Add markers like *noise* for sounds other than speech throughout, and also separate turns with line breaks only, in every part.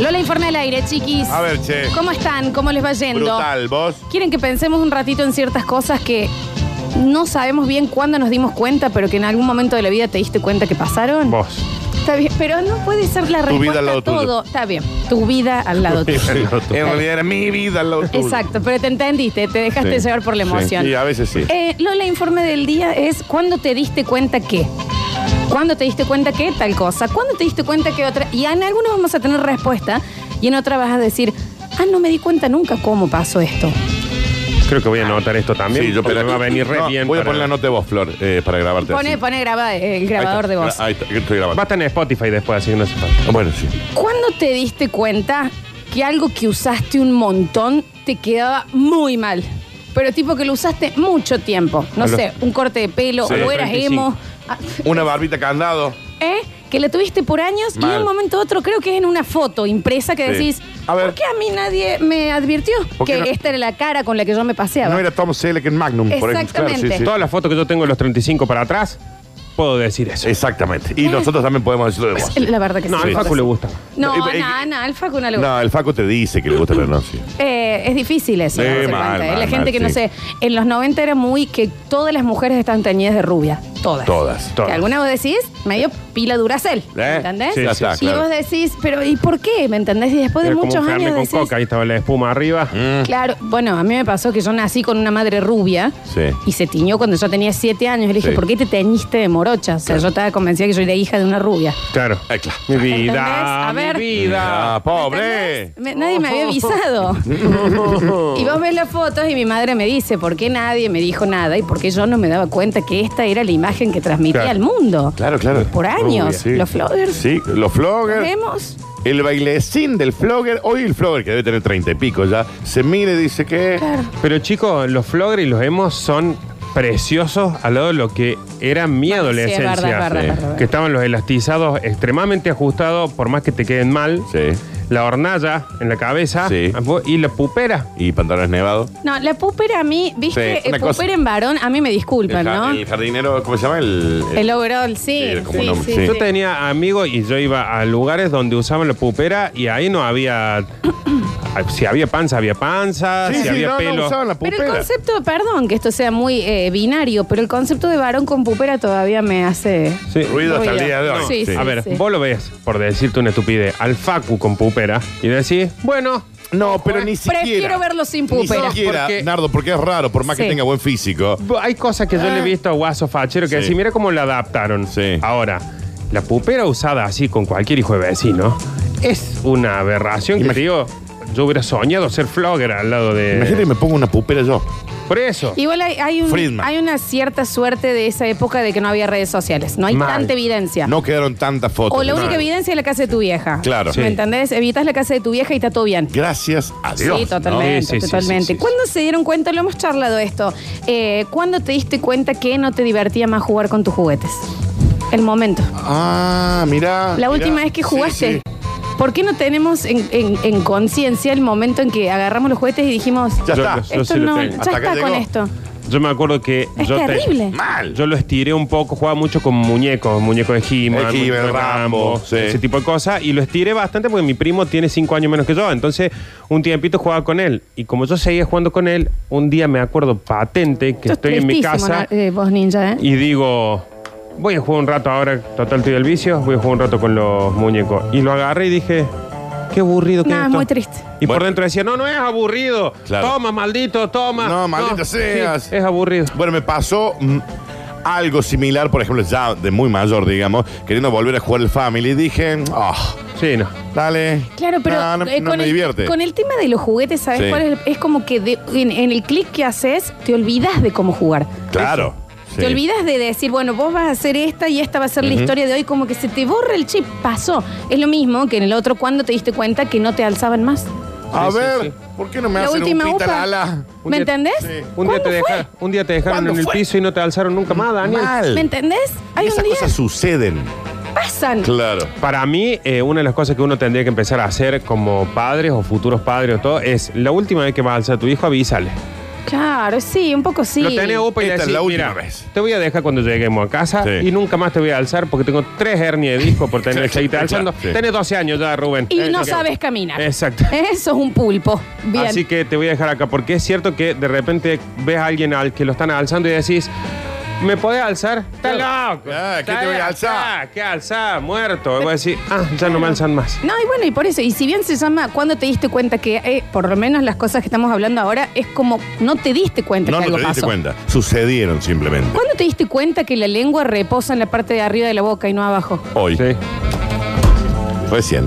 Lola informa al aire, chiquis.
A ver, che.
¿Cómo están? ¿Cómo les va yendo?
Brutal, vos.
Quieren que pensemos un ratito en ciertas cosas que no sabemos bien cuándo nos dimos cuenta, pero que en algún momento de la vida te diste cuenta que pasaron.
Vos.
Está bien, pero no puede ser la
Tu vida
respuesta
al lado
a todo. Está bien, tu vida al lado tuyo.
en realidad era mi vida lo tuyo.
Exacto, pero te entendiste, te dejaste
Sí.
llevar por la
Sí.
emoción.
Sí, a veces sí.
Eh, Lola, informe del día es ¿cuándo te diste cuenta que? ¿Cuándo te diste cuenta que tal cosa? ¿Cuándo te diste cuenta que otra? Y en algunos vamos a tener respuesta y en otra vas a decir, ah, no me di cuenta nunca cómo pasó esto.
Creo que voy a anotar esto también.
Sí, yo
porque
pero
me va a venir re
No,
bien.
Voy a
para-
poner la nota de vos, Flor, eh, para grabarte.
Pone,
así.
pone graba, eh, el
Ahí
grabador
está, Ah,
de voz.
Ahí está, que estoy grabando.
Va a estar en Spotify después, así que no se falta.
Bueno, sí.
¿Cuándo te diste cuenta que algo que usaste un montón te quedaba muy mal? Pero tipo que lo usaste mucho tiempo. No
A los-
sé, un corte de pelo,
Sí,
o eras
35.
emo. Ah,
Una barbita candado.
¿eh? Que la tuviste por años y
Mal.
de un momento a otro creo que es en una foto impresa que
Sí.
decís,
A ver.
¿por qué a mí nadie me advirtió
¿Por qué
que
no-
esta era la cara con la que yo me paseaba?
No era Tom Selleck en Magnum, por ejemplo. Claro, sí,
Exactamente.
sí.
Todas las fotos que yo tengo de los 35 para atrás, puedo decir eso.
Exactamente. Y nosotros también podemos decirlo de vos.
*laughs* La verdad que
no,
*laughs* sí.
al Facu le gusta.
No,
No, y- y-
no, no, al Facu no le gusta.
Eh, No, el Faco te dice que le gusta el anuncio.
Eh, es difícil eso.
Sí,
darse
mal,
cuenta, ¿eh?
mal,
la gente
mal,
que no
sí.
sé, en los 90 era muy que todas las mujeres estaban teñidas de rubia. Todas.
Todas.
Que alguna vos decís, medio pila duracel.
¿Eh?
¿Entendés?
Sí, ya está,
y
claro.
vos decís, pero ¿y por qué? ¿Me entendés? Y después de
Era como
muchos
un Fernet
años
con
decís.
coca, ahí estaba la espuma arriba.
Mm.
Claro, bueno, a mí me pasó que yo nací con una madre rubia
Sí.
y se tiñó cuando yo tenía siete años. Le dije,
Sí.
¿por qué te teñiste de morocha? O sea, yo estaba convencida que yo era hija de una rubia.
Claro.
Ay, claro.
Mi
¿Entendés?
vida.
A ver.
Mi vida.
Ah, pobre.
Me- nadie me
*laughs*
había avisado. y vos ves las fotos y mi madre me dice, ¿por qué nadie me dijo nada? Y por qué yo no me daba cuenta que esta era la imagen que transmitía
Claro.
al mundo.
Claro, claro.
Por años,
Sí.
los floggers.
Sí, los floggers.
Vemos.
El bailecín del flogger. Hoy el flogger, que debe tener treinta y pico ya, se mire y dice que.
Pero chicos, los flogger y los emos son preciosos al lado de lo que era mi
Bueno, sí, es
adolescencia.
verdad, es verdad, es verdad.
Que estaban los elastizados extremadamente ajustados, por más que te queden mal.
Sí.
La hornalla en la cabeza
Sí.
y la pupera.
Y pantalones nevados.
No, la pupera a mí, viste,
Sí, una
Eh,
cosa-
pupera en varón, a mí me
el,
disculpan,
ja-
¿no?
el jardinero, ¿cómo se llama? El.
El overall, sí.
Sí, como
sí,
un-
sí,
sí.
Yo
sí.
tenía amigos y yo iba a lugares donde usaban la pupera y ahí no había. *clears throat* si había panza, había panza.
Sí,
si
sí,
había
no, no,
pelo.
usaban la
Pero
pupera.
el concepto, perdón que esto sea muy eh, binario, pero el concepto de varón con pupera todavía me hace.
Sí.
Ruido hasta el
Ruido.
día de hoy.
No, sí, sí.
a ver, vos lo ves, por decirte una estupidez, al Facu con pupera y decís, bueno,
No, pero ni siquiera.
Prefiero verlo sin pupera.
Ni siquiera,
Porque-
Nardo, porque es raro, por más que
Sí.
tenga buen físico.
hay cosas que yo le he visto a Guaso Fachero que
Sí.
decís, mira cómo la adaptaron.
Sí.
Ahora, la pupera usada así con cualquier hijo de vecino es una aberración que
Imag-
te digo, yo hubiera soñado ser flogger al lado de.
Imagínate que me pongo una pupera yo.
Por eso.
Igual hay, hay un-
Friedman.
hay una cierta suerte de esa época de que no había redes sociales. No hay
Mal.
tanta evidencia.
No quedaron tantas fotos.
o la
No.
única evidencia es la casa de tu vieja.
Claro.
¿Me
Sí.
entendés? Evitas la casa de tu vieja y está todo bien.
Gracias a Dios.
sí,
¿no?
totalmente,
Sí, sí, sí,
totalmente.
sí, sí,
¿Cuándo se dieron cuenta? Lo hemos charlado esto. Eh, ¿Cuándo te diste cuenta que no te divertía más jugar con tus juguetes? El momento.
Ah, mirá. mirá.
La última vez que
Sí,
jugaste.
sí.
¿Por qué no tenemos en, en- en conciencia el momento en que agarramos los juguetes y dijimos,
Ya
Yo-
está.
yo-
esto
sí lo
no, ya
tengo.
Hasta
está
acá
con
llegó.
esto?
Yo me acuerdo que.
Es
yo te-
terrible.
Mal.
Yo lo estiré un poco, jugaba mucho con muñecos, muñecos de
De
He-Man,
He-Man,
muñecos de
Rambo, sí.
ese tipo de cosas. Y lo estiré bastante porque mi primo tiene cinco años menos que yo. Entonces, un tiempito jugaba con él. Y como yo seguía jugando con él, un día me acuerdo patente que
Esto es
estoy en mi
tristísimo,
casa
na- eh, vos ninja, ¿eh?
y digo, voy a jugar un rato ahora, total estoy del vicio, voy a jugar un rato con los muñecos. Y lo agarré y dije, qué aburrido que
No,
es
es
esto.
muy triste.
Y por
Bueno.
dentro decía, no, no es aburrido.
Claro.
Toma, maldito, toma.
No, maldito seas.
es aburrido.
Bueno, me pasó mm, algo similar, por ejemplo, ya de muy mayor, digamos, queriendo volver a jugar el Family. Dije, ah,
Sí, no.
dale. Ah,
Claro, pero
No, no-
eh,
no
con,
me
el,
divierte.
con el tema de los juguetes, ¿sabes
Sí.
cuál es? el- Es como que de- en, en el clic que haces, te olvidas de cómo jugar.
Claro.
Te
Sí.
olvidas de decir, bueno, vos vas a hacer esta y esta va a ser la historia de hoy, como que se te borra el chip, pasó. Es lo mismo que en el otro cuando te diste cuenta que no te alzaban más.
A
Sí, sí,
ver,
sí.
¿por qué no me
la
hacen
última
un pita
upa.
la ala?
¿Me
Un día-
entendés?
Sí.
Un día, te
¿Cuándo fue?
deja- un día te dejaron
¿Cuándo
en el
fue?
piso y no te alzaron nunca más, Daniel.
Mal.
¿Me entendés? Hay un
Esas
día
cosas suceden.
pasan.
Claro.
Para mí, eh, una de las cosas que uno tendría que empezar a hacer como padres o futuros padres o todo es la última vez que vas a alzar a tu hijo, avísale.
Claro, sí, un poco sí.
Lo tenés upa y
Esta es
decís,
la última
mira,
vez.
te voy a dejar cuando lleguemos a casa
Sí.
y nunca más te voy a alzar porque tengo tres hernias de disco por
*laughs*
tener que seguirte
Claro,
alzando.
sí.
Tenés 12 años ya, Rubén.
Y
Eh,
no
ok.
sabes caminar.
Exacto.
*laughs* Eso es un pulpo. Bien.
Así que te voy a dejar acá porque es cierto que de repente ves a alguien al que lo están alzando y decís, ¿me podés alzar? Está loco.
Ah, ¿qué
Está
te voy a
acá,
alzar?
¿Qué alzar? Muerto. Y voy a decir, ah, ya no me alzan más.
No, y bueno, y por eso, y si bien se llama cuando te diste cuenta que, eh, por lo menos las cosas que estamos hablando ahora, es como no te diste cuenta
No,
que
no te
algo
diste
pasó.
cuenta. Sucedieron simplemente.
¿Cuándo te diste cuenta que la lengua reposa en la parte de arriba de la boca y no abajo?
Hoy.
Sí,
Recién.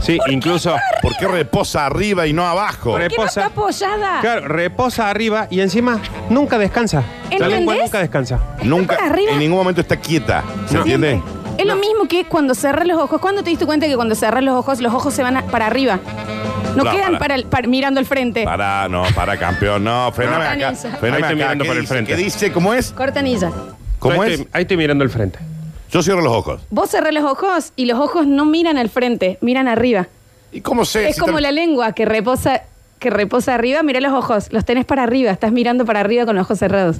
sí incluso
¿Por qué reposa arriba y no abajo?
Por
¿Qué no está
Reposa.
apoyada?
claro, reposa arriba y encima nunca descansa. La
¿Entendés?
lengua nunca descansa.
Nunca,
Está arriba.
en ningún momento está quieta. ¿Se entiende?
Es lo mismo que cuando cerrás los ojos. ¿Cuándo te diste cuenta que cuando cerrás los ojos, los ojos se van a- para arriba? No,
No,
quedan
para.
para el- para- mirando
*laughs*
al frente.
Para, no, para,
*laughs*
campeón. No, frename
Cortan
acá.
esa.
Frename
Ahí estoy
acá.
mirando
¿Qué
para el
dice?
frente.
¿Qué dice? ¿Cómo es?
Cortanilla.
¿Cómo
ahí
es?
Estoy, ahí estoy mirando el frente.
Yo cierro los ojos.
Vos cerrás los ojos y los ojos no miran al frente, miran arriba.
¿Y cómo sé?
Es
si
como
te-
la lengua que reposa, que reposa arriba, mira los ojos, los tenés para arriba, estás mirando para arriba con los ojos cerrados.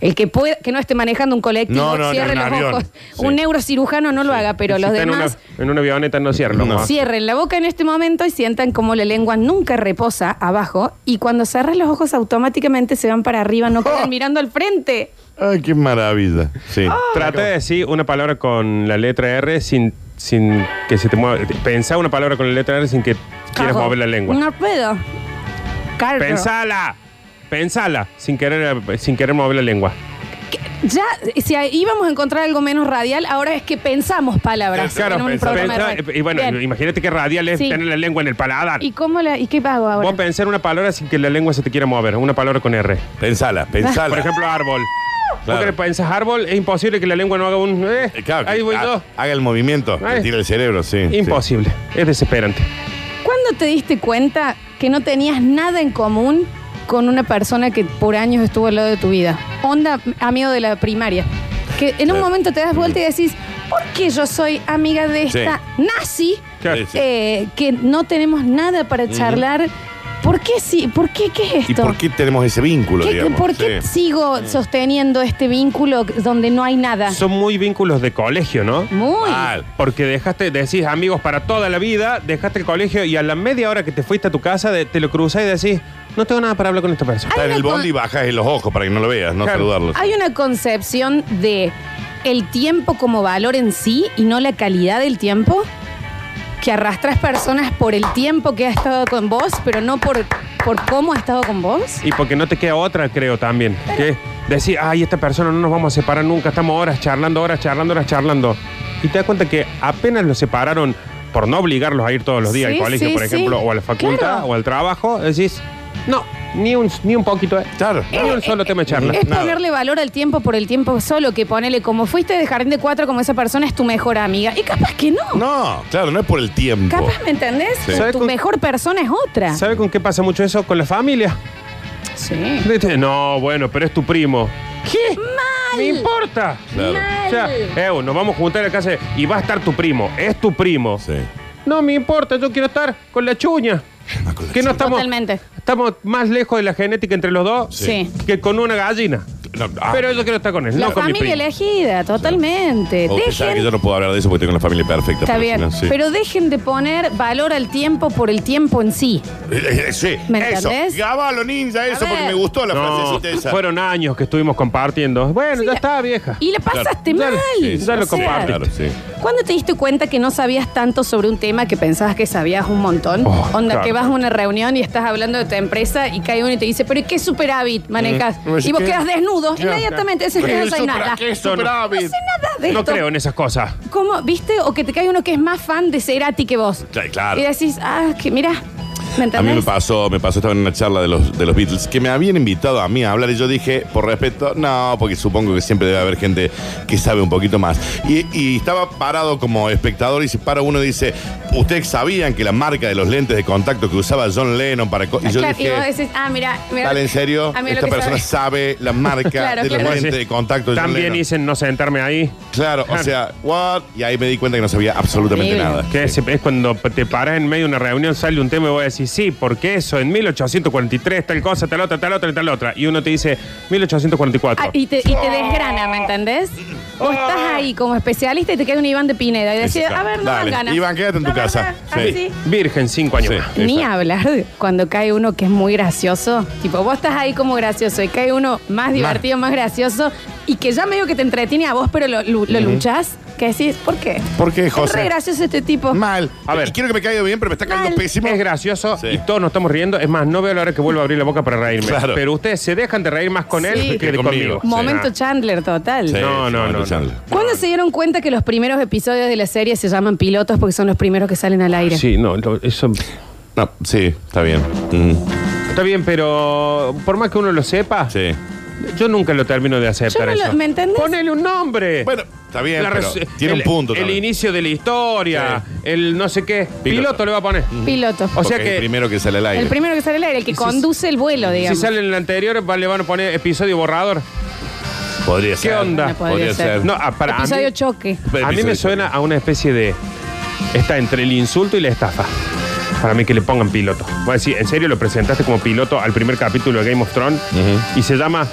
El que pueda, que no esté manejando un colectivo,
No, no,
cierre
no,
los
un avión.
ojos.
Sí.
Un neurocirujano no lo haga, pero
Si
los
está en una-
demás
En una, avioneta no cierro.
No.
cierren la boca en este momento y sientan como la lengua nunca reposa abajo y cuando cerras los ojos automáticamente se van para arriba, no quedan
Oh.
mirando al frente.
Ay, qué maravilla. Sí.
Trata de decir una palabra con la letra R sin, sin que se te mueva. Pensá una palabra con la letra R sin que quieras
Cago.
mover la lengua.
No puedo. Cargo.
Pensala. Pensala sin querer, sin querer mover la lengua.
Ya, si ahí íbamos a encontrar algo menos radial, ahora es que pensamos palabras.
Claro,
en un
pensá-
programa de
pensá-
radio.
y bueno,
Bien.
imagínate que radial es
Sí.
tener la lengua en el paladar.
¿Y cómo la, y qué hago ahora?
Vos pensar una palabra sin que la lengua se te quiera mover, una palabra con R.
Pensala, pensala.
Por ejemplo, árbol.
Claro.
Vos que le pensás árbol, es imposible que la lengua no haga un. eh,
Eh, claro,
ahí voy
ha-
yo.
Haga el movimiento,
Ahí.
le tira el cerebro, sí. sí.
Imposible. Es desesperante.
¿Cuándo te diste cuenta que no tenías nada en común con una persona que por años estuvo al lado de tu vida? Onda amigo de la primaria. Que en un
Sí.
momento te das vuelta y decís, ¿por qué yo soy amiga de
Sí.
esta nazi
Claro.
Sí.
eh, que no tenemos nada para charlar? ¿Por qué sí? ¿Por qué? ¿Qué es
¿Y
esto?
por qué tenemos ese vínculo,
¿Qué-
digamos?
¿Por qué
Sí.
sigo sosteniendo este vínculo donde no hay nada?
Son muy vínculos de colegio, ¿no?
Muy.
Mal.
Porque dejaste, decís amigos para toda la vida, dejaste el colegio y a la media hora que te fuiste a tu casa de- te lo cruzás y decís, no tengo nada para hablar con esta persona.
Está en
una
el
con-
bondi y bajas en los ojos para que no lo veas, no
Claro.
saludarlos.
Hay una concepción de el tiempo como valor en sí y no la calidad del tiempo. Que arrastras personas por el tiempo que ha estado con vos, pero no por, por cómo ha estado con vos.
Y porque no te queda otra, creo también. Que decís, ay, esta persona no nos vamos a separar nunca, estamos horas charlando, horas charlando, horas charlando. Y te das cuenta que apenas los separaron por no obligarlos a ir todos los días
Sí,
al colegio,
sí,
por
sí.
ejemplo, o a la facultad,
Claro.
o al trabajo, decís, no, ni un, ni un poquito, eh.
Claro.
ni un solo tema de charla.
Es
Nada.
ponerle valor al tiempo por el tiempo solo, que ponele como fuiste de jardín de cuatro, como esa persona es tu mejor amiga. Y capaz que no.
No, claro, no es por el tiempo.
Capaz, ¿me entendés?
Sí.
Tu
¿Sabe con-
mejor persona es otra.
¿Sabe con qué pasa mucho eso? Con la familia.
Sí.
Dice, No, bueno, pero es tu primo. ¿Qué? ¡Me importa!
Claro.
O sea, Eu, nos vamos a juntar a casa y va a estar tu primo. Es tu primo.
Sí.
No me importa, yo quiero estar con la chuña.
Ah, con la
Que no estamos,
Totalmente.
estamos más lejos de la genética entre los dos
Sí.
que con una gallina.
No, ah,
Pero yo quiero estar con él,
La
no con mi
familia
primo.
elegida, totalmente.
o Oh, que sabe
Dejen
que yo no puedo hablar de eso porque tengo la familia perfecta.
Está
pero
bien,
si no, sí.
pero dejen de poner valor al tiempo por el tiempo en sí.
Eh, eh, sí,
¿Me
eso.
entendés?
Gabalo, ninja, eso,
ver.
porque me gustó la
No,
frasecita esa.
fueron años que estuvimos compartiendo. Bueno, ya está, vieja.
Y la pasaste
Claro.
mal.
Sí, sí,
Ya lo
O sea,
compartiste.
Claro, sí.
¿Cuándo te diste cuenta que no sabías tanto sobre un tema que pensabas que sabías un montón?
Oh,
Onda,
claro.
que vas a una reunión y estás hablando de tu empresa y cae uno y te dice, pero ¿qué superávit manejas?
Mm, no sé
y vos
qué.
quedas desnudo
Claro,
inmediatamente. ese
Pero
no
el
soy
supra-
nada.
¿qué es
No, no.
superávit?
No sé nada de
No
esto.
creo en esas cosas.
¿Cómo? ¿Viste? O que te cae uno que es más fan de Cerati que vos.
Claro, claro.
Y decís, ah, que mira, ¿me entendés?
A mí me pasó, me pasó, estaba en una charla de los, de los Beatles, que me habían invitado a mí a hablar y yo dije, por respeto, no, porque supongo que siempre debe haber gente que sabe un poquito más. Y, y estaba parado como espectador y se para uno y dice, ¿ustedes sabían que la marca de los lentes de contacto que usaba John Lennon para... co-?" Y yo
Claro, y vos
dije,
decís, ah, mira, mira.
¿tal en serio?
Ah, mira
Esta
lo que
persona
sabe.
sabe,
*laughs*
la marca
Claro,
de los
claro.
lentes de contacto de John
También
Lennon.
dicen no sentarme ahí.
Claro, o sea, what? Y ahí me di cuenta que no sabía absolutamente
Increíble.
nada.
Que es, es cuando te paras en medio de una reunión, sale un tema y voy a decís, sí, porque eso en 1843, tal cosa, tal otra, tal otra, y tal otra. Y uno te dice, 1844.
Ah, y, te, y te desgrana, ¿me entendés? Vos estás ahí como especialista y te queda un Iván de Pineda y decís,
Ah. Exacto.
a ver, no
Dale,
dan ganas.
Iván, quédate en tu
La
casa.
verdad,
Sí.
así.
Virgen, cinco años más.
Sí,
Ni
exacto.
hablar de cuando cae uno que es muy gracioso. Tipo, vos estás ahí como gracioso y cae uno más divertido, más gracioso y que ya medio que te entretiene a vos, pero lo, lu- lo luchás. Que decís, ¿por qué?
¿Por qué,
Es re
José?
gracioso este tipo.
Mal.
A ver.
Y quiero que me caiga bien, pero me está cayendo
Mal.
pésimo.
Es gracioso
Sí.
y todos nos estamos riendo. Es más, no veo la hora que vuelva a abrir la boca para reírme.
Claro.
Pero ustedes se dejan de reír más con él
Sí.
que
Que
conmigo.
conmigo.
Momento
Sí.
Chandler total.
Sí,
No, no, no,
Chandler.
no.
¿Cuándo se dieron cuenta que los primeros episodios de la serie se llaman pilotos porque son los primeros que salen al aire?
Sí, no, lo- eso
No, sí, está bien. Mm,
está bien, pero por más que uno lo sepa,
sí.
yo nunca lo termino de
Yo
aceptar
no lo-
eso.
¿me entendés?
Ponele un nombre.
Bueno, está bien,
La
pero
res-
tiene
el-
un punto
El
también.
inicio de la historia, el no sé qué. Piloto, le va a poner.
Piloto.
O sea
Porque
que-
es el primero que sale al aire.
El primero que sale al aire, el que
si-
conduce el vuelo,
Si
digamos.
sale en el anterior, va- le van a poner episodio borrador.
Podría ser.
onda?
No podría
Podría
ser.
ser.
No, ah, para a mí,
Episodio choque.
a mí me suena a una especie de. Está entre el insulto y la estafa. Para mí que le pongan piloto. Voy a decir, ¿en serio lo presentaste como piloto al primer capítulo de Game of Thrones?
Ujú.
Y se llama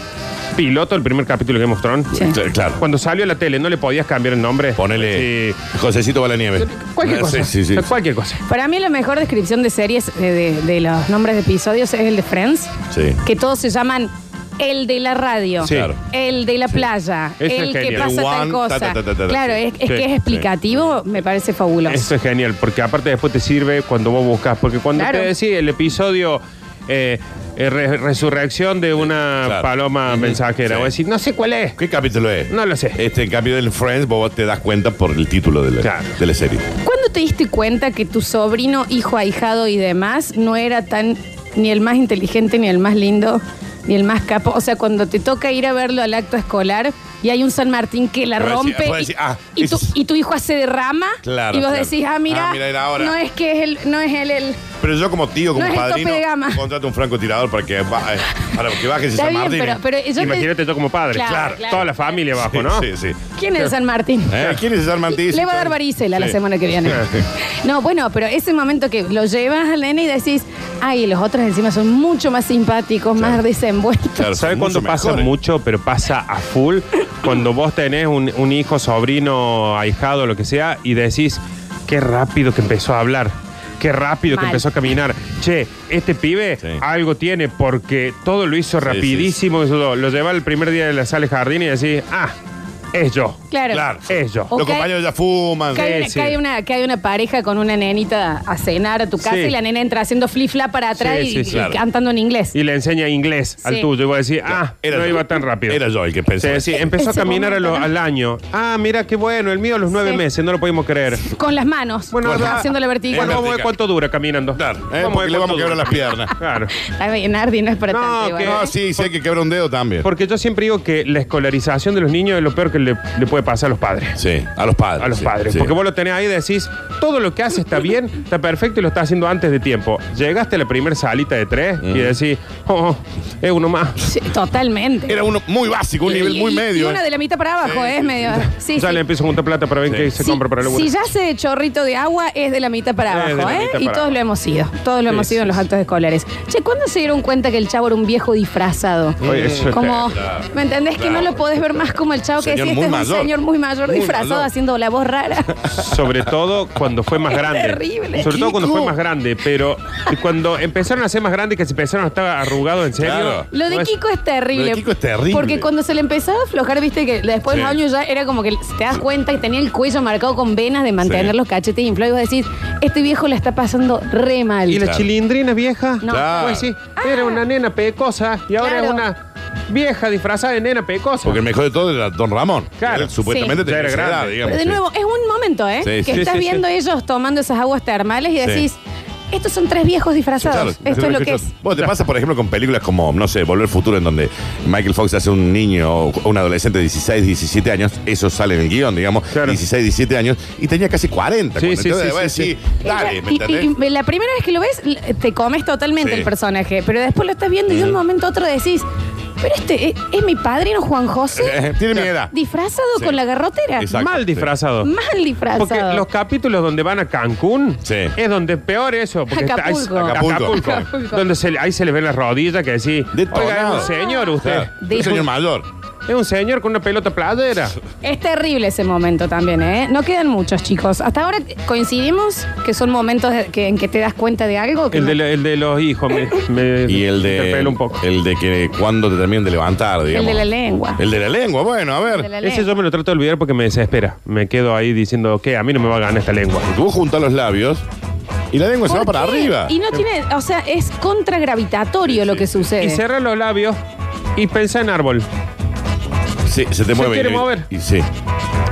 Piloto el primer capítulo de Game of Thrones.
Sí.
Claro, Claro.
Cuando salió a la tele, ¿no le podías cambiar el nombre?
Ponele.
Sí. Eh,
Josecito va la nieve.
Cualquier cosa.
Sí, sí, sí.
Cualquier cosa.
Para mí la mejor descripción de series, eh, de, de los nombres de episodios, es el de Friends,
Sí.
que todos se llaman el de la radio,
Sí.
Claro.
el de la playa,
Eso
el
es
que
genial.
pasa
The
tal
one,
cosa.
ta, ta, ta, ta, ta.
claro, es, es
Sí,
que es
sí.
explicativo, me parece fabuloso.
Eso es genial, porque aparte después te sirve cuando vos buscas, porque cuando
Claro.
te decís el episodio eh, eh, re- resurrección de una
Claro.
paloma mensajera,
Sí.
vos decís, no sé cuál es.
¿Qué capítulo es?
No lo sé.
Este, en cambio del Friends, vos te das cuenta por el título de la,
Claro.
de la serie.
¿Cuándo te diste cuenta que tu sobrino, hijo, ahijado y demás no era tan ni el más inteligente, ni el más lindo, ni el más capo? O sea, cuando te toca ir a verlo al acto escolar y hay un San Martín que la
Vos decís-
rompe
vos
y-
decís, ah,
y,
eso
tu,
es-
y tu hijo hace derrama
Claro,
y vos
claro.
decís, ah, mira,
Ah, mira, era ahora.
no es que es él, no es él el...
Pero yo como tío, como
No es el tope
padrino,
de gama.
contrato un francotirador para que, ba- eh, para que baje ese
Está
San
bien,
Martín. ¿eh?
pero, pero yo te-
Imagínate yo como padre.
Claro, claro.
Toda la familia abajo,
Sí,
¿no?
Sí, sí.
¿Quién es el San Martín?
¿Eh? ¿Quién es ese San Martín?
Le va a dar varicela la
Sí.
semana que viene. No, bueno, pero ese momento que lo llevas al nene y decís, ay, los otros encima son mucho más simpáticos,
Claro.
más desenvueltos.
Claro,
¿Sabes
son
cuándo
mucho
pasa
mejores.
mucho, pero pasa a full? cuando vos tenés un, un hijo, sobrino, ahijado, lo que sea, y decís, qué rápido que empezó a hablar. Qué rápido que
Mal.
empezó a caminar. Che, este pibe
Sí.
algo tiene porque todo lo hizo
Sí,
rapidísimo. Lo, lo lleva el primer día de la sala de jardín y decís, ah, es yo.
Claro.
Claro.
Es yo.
O
Los
cae-
compañeros ya fuman.
Cae una,
Sí, sí.
cae una, cae una pareja con una nenita a cenar a tu casa
Sí.
y la nena entra haciendo flip-flap para atrás
Sí,
y,
sí, sí.
y
Claro.
cantando en inglés.
Y le enseña inglés al
Sí.
tuyo. Y vos decís, ah,
Era
no
yo.
iba tan rápido.
Era yo el que pensaba.
Sí, sí, empezó a
Ese
caminar a lo-
momento,
al año. Ah, mira qué bueno, el mío a los nueve
Sí.
meses, no lo podíamos creer.
Con las manos.
Bueno,
Bueno,
ahora-
haciéndole vertical.
Bueno,
Bueno, vamos a ver
vertical.
cuánto dura caminando.
Claro, ¿eh?
Vamos a ver
porque le vamos
cuánto
a quebrar
dura.
las
*laughs*
piernas.
Claro.
Está bien, Ardi, no es para
No,
tanto igual,
que-
¿eh?
No, sí, sí hay que quebrar un dedo también.
Porque yo siempre digo que la escolarización de los niños es lo peor que le, le puede pasar a los padres.
Sí, a los padres.
A los
sí,
padres.
sí.
Porque vos lo tenés ahí y decís, todo lo que hace está bien, está perfecto y lo está haciendo antes de tiempo. Llegaste a la primera salita de tres
Mm.
y decís, oh, oh, es uno más.
Sí, totalmente.
Era uno muy básico, un
Y-
nivel
y-
muy medio.
Y una
¿eh?
de la mitad para abajo,
Sí,
¿eh?
sí,
es medio. Sí,
ya
sí.
le empiezo a juntar plata para ver
Sí.
qué se
Si-
compra para la
si ya se chorrito de agua es de la mitad para
Es de la
abajo, ¿eh?
mitad
Y
para
todos
abajo.
lo hemos sido. Todos lo
Sí,
hemos sido
sí,
en los
sí.
actos escolares. Che, ¿cuándo se dieron cuenta que el chavo era un viejo disfrazado?
Oye, eso es
*laughs* Como,
Claro.
¿me entendés? Que no lo podés ver más como el chavo que
Señor
decía, este
muy
es un
mayor.
señor muy mayor
Muy
disfrazado
mayor.
haciendo la voz
*laughs*
rara.
Sobre todo cuando fue más
Es
grande.
terrible.
Sobre todo cuando
Kiko.
fue más grande, pero cuando empezaron a ser más grandes, que se empezaron a estar arrugados en serio.
Claro.
Lo de
no es-
Kiko es terrible.
Lo de Kiko es terrible.
Porque cuando se le empezaba a aflojar, viste que después
Sí.
de los años ya era como que te das cuenta que tenía el cuello marcado con venas de mantener
Sí.
los cachetes inflados. Y vos decís, este viejo la está pasando re mal.
¿Y la
Claro.
chilindrina vieja?
No. Ah.
Claro.
Pues sí, era una nena pecosa y ahora
Claro.
es una vieja disfrazada de nena pecosa.
Porque el mejor de todo era Don Ramón.
Claro.
Él supuestamente
Sí.
tenía
Ya era
esa
grande.
edad, digamos.
Pero de
sí.
nuevo, es un momento, ¿eh?
Sí,
que
sí.
estás
Sí, sí,
viendo
sí.
ellos tomando esas aguas termales y
Sí.
decís, estos son tres viejos
Claro,
disfrazados. Esto es lo que es.
Bueno, te pasa, por ejemplo, con películas como, no sé, Volver al Futuro, en donde Michael Fox hace un niño o un adolescente de 16, 17 años, eso sale en el guión, digamos,
Claro.
16, 17 años, y tenía casi 40.
Sí,
cuando-
sí,
entonces,
sí,
vos
sí,
decís, dale, ¿me
Y- y,
entendés?
y la primera vez que lo ves, l- te comes totalmente
Sí.
el personaje, pero después lo estás viendo y de un momento a otro decís, Pero este es, es mi padrino Juan José.
*laughs* Tiene mi edad.
Disfrazado
Eh. Sí.
con la garrotera.
Exacto.
Mal
sí.
disfrazado.
Mal
Porque
disfrazado.
los capítulos donde van a Cancún
Sí.
es donde peor eso. Porque está-
Acapulco.
es- Acapulco.
Acapulco.
Acapulco.
Donde se le- ahí se le ven las rodillas que decís,
Detonado.
oiga, es un señor usted.
Claro.
De-
Un señor mayor.
Es un señor con una pelota playera.
Es terrible ese momento también, ¿eh? No quedan muchos, chicos. Hasta ahora coincidimos que son momentos de- que- en que te das cuenta de algo. que
El
no-
de, lo- el de los hijos me, me
Y el de.
interpela un poco.
El de que cuando te terminen de levantar, digamos.
de la lengua.
El de la lengua, bueno, a
El de
ver.
la
Ese
lengua.
yo me lo trato de olvidar porque me desespera. Me quedo ahí diciendo, que a mí no me va a ganar esta lengua.
Tú juntas los labios y la lengua Pues se va
¿Por
para
qué?
arriba. Eh,
Y no tiene, o sea, es contragravitatorio lo que sucede.
Y cerrar los labios y pensar en árbol.
Sí, se
Se
te mueve.
quiere
y-
mover.
Y sí.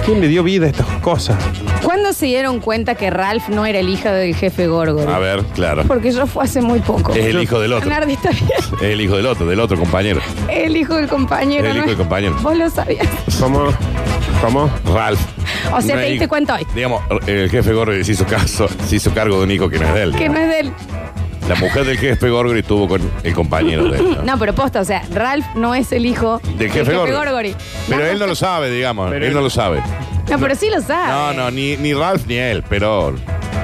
¿Quién le dio vida a estas cosas?
¿Cuándo se dieron cuenta que Ralph no era el hijo del jefe Gorgon?
A ver, claro.
Porque eso fue hace muy poco.
Es el hijo del otro.
Nardi está bien.
Es el hijo del otro, del otro compañero.
El hijo del compañero.
Es el hijo
¿no?
del compañero.
Vos lo sabías.
¿Cómo? ¿Cómo?
Ralph.
O sea,
No
te
hay-
diste cuenta hoy.
Digamos, el jefe Gorgory se hizo caso, se hizo cargo de un hijo que no es de él.
Que no es del.
La mujer del jefe Gorgory estuvo con el compañero de él. ¿no?
*laughs* No, pero posta, o sea, Ralph no es el hijo
Del jefe, Gorgory.
Gorgory.
Pero
La-
él no lo sabe, digamos.
Pero
él
él-
no lo sabe.
No, pero sí lo sabe.
No, no, ni, ni Ralph ni él, pero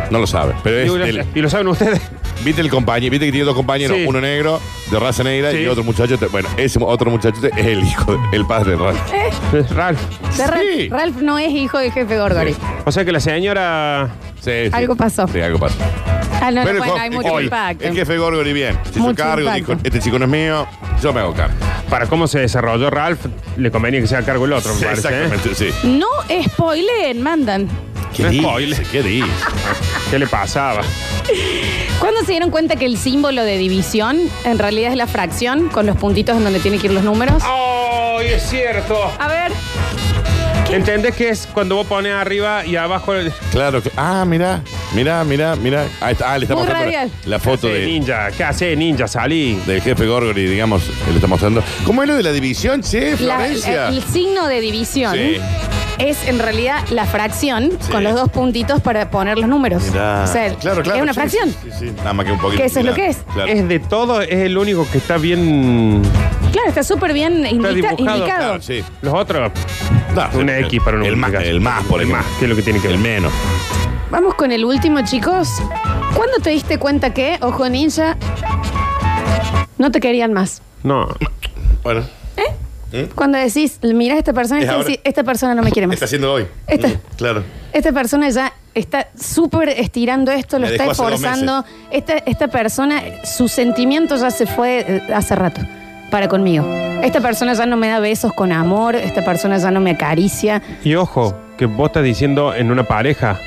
no lo sabe. Pero
Y,
es
lo-
Este, el,
y lo saben ustedes. *laughs*
viste el compañero, viste que tiene dos compañeros,
Sí.
uno negro de raza negra
Sí.
y otro muchacho, bueno, ese otro muchacho es el hijo, de- el padre de Ralph.
Ralph.
Eh, O sea, Ralph,
Sí.
Ralph no es hijo del jefe Gorgory.
O sea que la señora.
Sí, sí.
Algo pasó.
Sí, algo pasó.
Ah, no, no,
Pero
bueno,
el,
hay
jo-
mucho
hoy,
impacto.
el jefe Gorgory bien, se hizo
Mucho
cargo,
impacto.
dijo, este chico no es mío, yo me hago cargo.
Para cómo se desarrolló Ralph, le convenía que sea a cargo el otro, me
Sí,
parece. ¿eh?
Exactamente, sí.
No spoileen, mandan.
¿Qué
No es
dice?
spoiler.
¿Qué dice?
¿Qué le pasaba?
¿Cuándo se dieron cuenta que el símbolo de división en realidad es la fracción con los puntitos en donde tienen que ir los números?
¡Ay, es cierto!
A ver,
¿Entendés que es cuando vos pones arriba y abajo el
Claro que. Ah, mirá, mirá, mirá, mirá. Ahí está, ah, le está
Muy
mostrando la,
radial.
la foto
¿Qué hace,
de,
ninja? ¿Qué hace ninja? Salí.
del jefe Gorgory, digamos, que le está mostrando. ¿Cómo es lo de la división, che,
la-
Florencia?
el signo de división
Sí.
es en realidad la fracción
Sí.
con los dos puntitos para poner los números.
Mirá.
O sea, es una
sí,
fracción.
Sí, sí, sí. Nada más que un poquito.
Que eso es lo
mirá,
que es.
claro.
Es de todo, es el único que está bien.
Claro, está súper bien indica-
dibujado,
indicado.
Claro, sí.
Los otros.
No,
Una
el-
X para un
el más,
multiplicación.
el más, por
El
ejemplo.
más, que es lo que tiene que
El
ver.
menos.
Vamos con el último, chicos. ¿Cuándo te diste cuenta que, ojo ninja, no te querían más?
No.
Bueno,
Cuando decís, mira esta persona,
Es
esta,
ahora.
decís, esta persona no
*laughs*
me quiere más.
está haciendo hoy.
Esta-
Mm, Claro.
Esta persona ya está súper estirando esto, lo
Me
está
dejó hace dos
esforzando. Esta, esta persona, su sentimiento ya se fue eh, hace rato para conmigo. Esta persona ya no me da besos con amor, esta persona ya no me acaricia.
Y ojo, que vos estás diciendo en una pareja.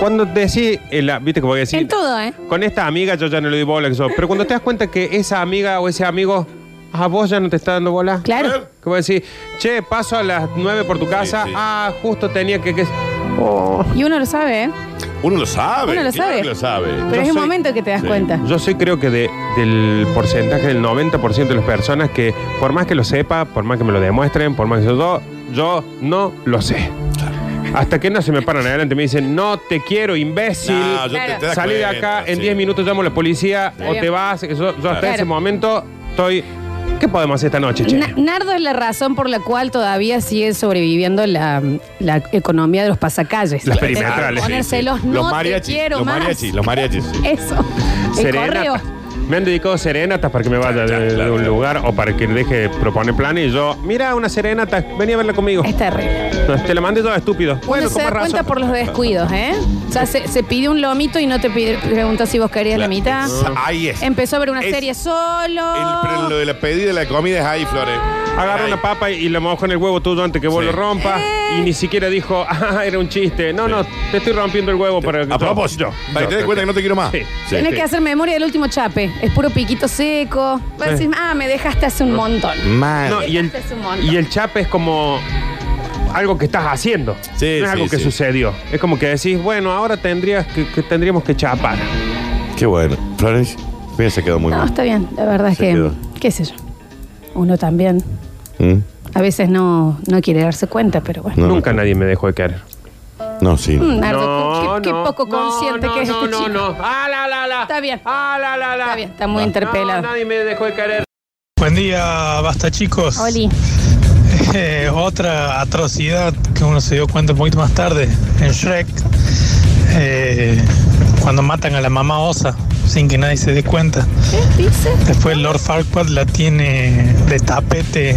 Cuando decís, el- viste que voy a decir.
En todo, ¿eh?
Con esta amiga yo ya no le doy bola, que yo- pero cuando te das cuenta que esa amiga o ese amigo a vos ya no te está dando bola.
Claro.
Que vos decís, che, paso a las 9 por tu casa,
sí.
ah, justo tenía que... que-
Y uno lo sabe, ¿eh?
Uno lo sabe.
Uno lo
claro
sabe.
que lo sabe.
Pero
Yo
es el
soy-
momento que te das
Sí.
cuenta.
Yo soy creo que de- del porcentaje del 90% de las personas que por más que lo sepa, por más que me lo demuestren, por más que yo, yo no lo sé. Hasta que no se me paran adelante y me dicen, no te quiero, imbécil.
No, yo
Claro.
te, te das
Salí de
cuenta,
acá, en
sí.
10 minutos llamo a la policía
Está
o
bien.
te vas. Yo, yo hasta
Claro.
ese momento estoy. ¿Qué podemos hacer esta noche, che?
Na- Nardo es la razón por la cual todavía sigue sobreviviendo la, la economía de los pasacalles.
Las
De
perimetrales.
Ponérselos,
Sí, sí.
no
Los mariachis.
te quiero
los
más.
mariachis, los mariachis. sí.
Eso. El
*laughs*
correo.
Serenata. Me han dedicado serenatas para que me vaya de, de un lugar o para que deje proponer planes. Y yo, mira, una serenata, vení a verla conmigo.
Es terrible.
No, te la mandé yo, estúpido. Bueno,
Uno
como
se da cuenta
razón.
por los descuidos, ¿eh? O sea, se, se pide un lomito y no te pide, pregunta si vos querías la
Claro.
mitad.
Ah,
Ahí es.
Empezó a ver una
Es-
serie solo.
El- pero lo de la pedida de la comida es ahí, Flores.
Agarra
Ahí.
una papa y la mojo en el huevo tuyo antes que vos
Sí.
lo rompas.
Eh.
Y ni siquiera dijo, *laughs* ah, era un chiste. No, no, te estoy rompiendo el huevo para que.
A propósito, para que te des cuenta que no te quiero más.
Sí.
Tienes que hacer memoria del último chape. Es puro piquito seco. Vas a decir, ah, me dejaste hace un montón.
Mal.
No, y el,
Este es un montón.
y el chape es como algo que estás haciendo.
Sí,
no es
sí,
algo que
sí.
sucedió. Es como que decís, bueno, ahora tendrías que, que tendríamos que chapar.
Qué bueno. Flores, mira, se quedó muy
No, está bien. La verdad es
Se
que,
quedó.
qué sé yo. Uno también
bien. ¿Mm?
a veces no, no quiere darse cuenta, pero bueno.
No,
Nunca nadie me dejó de querer.
No, sí.
Mm, Nardo, qué, qué poco
no,
consciente
no,
que es
no,
este
no,
chico.
no. Ah, la, la, la.
Está bien.
Ah, la, la, la.
Está bien, está muy interpelado.
No, nadie me dejó de querer.
Buen día, basta chicos.
Oli.
Eh, otra atrocidad que uno se dio cuenta un poquito más tarde en Shrek, eh, cuando matan a la mamá osa sin que nadie se dé cuenta.
¿Qué dice?
Después Lord Farquaad la tiene de tapete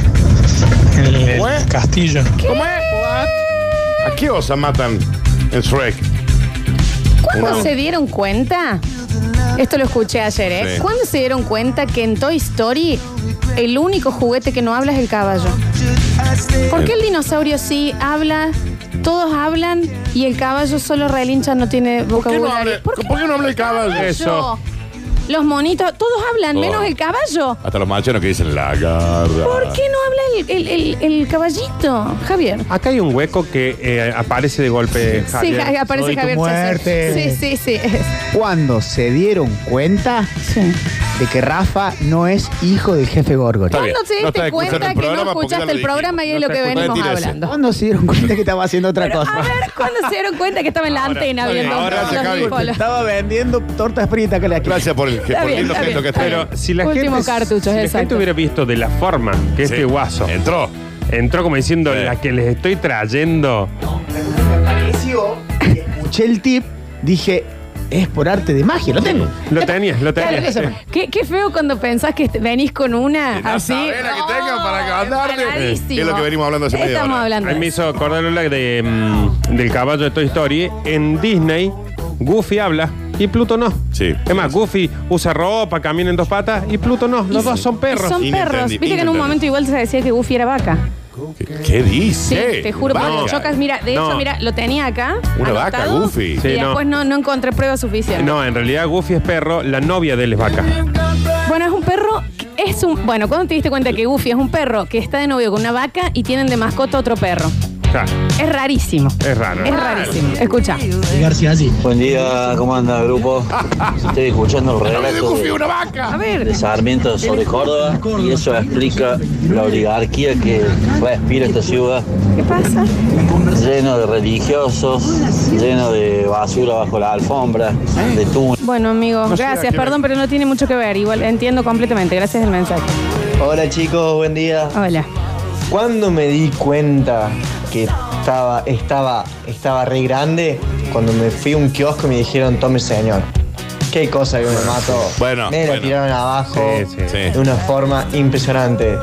en el, el
¿What?
castillo.
¿Cómo es? ¿A qué osa matan en Shrek?
¿Cuándo
Wow.
se dieron cuenta? Esto lo escuché ayer, ¿eh?
Sí.
¿Cuándo se dieron cuenta que en Toy Story el único juguete que no habla es el caballo? ¿Por qué el dinosaurio sí habla, todos hablan y el caballo solo relincha, no tiene
¿Por qué no
vocabulario?
habla, ¿por qué no habla el caballo?
Eso.
Los monitos, todos hablan,
Oh.
menos el caballo.
Hasta los macheros que dicen la garra.
¿Por qué no habla el, el- el- el caballito, Javier?
Acá hay un hueco que eh, aparece de golpe,
Sí, *laughs*
Javier.
ja- aparece
Soy tu
Javier
muerte.
Sí, sí, sí. *laughs*
Cuando se dieron cuenta
sí.
de que Rafa no es hijo del jefe Gorgon.
Está bien.
¿Cuándo te
No
diste
estás escuchando
cuenta
el
que no
programa porque ya
escuchaste
lo
el
dijimos.
programa y es
No
lo que
estás
venimos
escuchando, tira ese.
hablando?
¿Cuándo se dieron cuenta que estaba haciendo otra
A
cosa?
ver, ¿cuándo se dieron cuenta que estaba en la antena
está bien,
viendo
ahora
los
se acaba.
bipolos?
Estaba vendiendo tortas fritas que le aquí.
Gracias por el, que,
Está
por
bien,
el lindo
está
gesto
bien,
que
está
tenés.
Pero si la
Último
gente,
cartucho,
si la
exacto.
gente hubiera visto de la forma que
Sí.
este guaso
Entró.
entró como diciendo
Sí.
la que les estoy trayendo.
Apareció, y escuché el tip, dije, es por arte de magia, lo tengo.
Lo tenías, lo
Claro que
tenías.
sí.
Qué, qué feo cuando pensás que te- venís con una
La
así.
savera que tenga para
Oh,
cantarte.
empanadísimo.
Es lo que venimos hablando hace media
Estamos
hora.
hablando.
Ahí me hizo acordar la de, mm, del caballo de Toy Story. En Disney, Goofy habla y Pluto no.
Sí.
Es más, Goofy usa ropa, camina en dos patas y Pluto no. Los dos son perros.
Son perros.
Inentendi-
Viste que en un
inentendi-
momento igual se decía que Goofy era vaca.
¿Qué, qué
Sí,
dice?
te juro,
Vaca.
cuando chocas, mira, de hecho,
No.
mira, lo tenía acá.
Una vaca,
anotado,
Goofy.
Y
Sí, no.
después no, no encontré pruebas suficientes.
No, en realidad Goofy es perro, la novia de él es vaca.
Bueno, es un perro. que Es un. Bueno, cuando te diste cuenta que Goofy es un perro que está de novio con una vaca y tienen de mascota otro perro.
Ja,
Es rarísimo.
es raro. Ah,
Es rarísimo. Escucha.
Buen día, ¿cómo anda grupo? Estoy escuchando el
¡No me
relato
desconfío
de,
una vaca!
A ver.
de Sarmiento sobre Córdoba y eso explica la oligarquía que respira esta ciudad,
¿Qué pasa?
lleno de religiosos, lleno de basura bajo la alfombra, de túneles.
Bueno, amigos,
No sé, ¿a
gracias.
qué
Perdón, pero no tiene mucho que ver. Igual entiendo completamente. Gracias el mensaje.
Hola chicos, buen día.
Hola.
Cuando me di cuenta que estaba, estaba, estaba re grande, cuando me fui a un kiosco y me dijeron, tome señor. Qué cosa que me mató.
Bueno,
me
bueno.
lo tiraron abajo
Sí, sí.
Sí.
de una forma impresionante.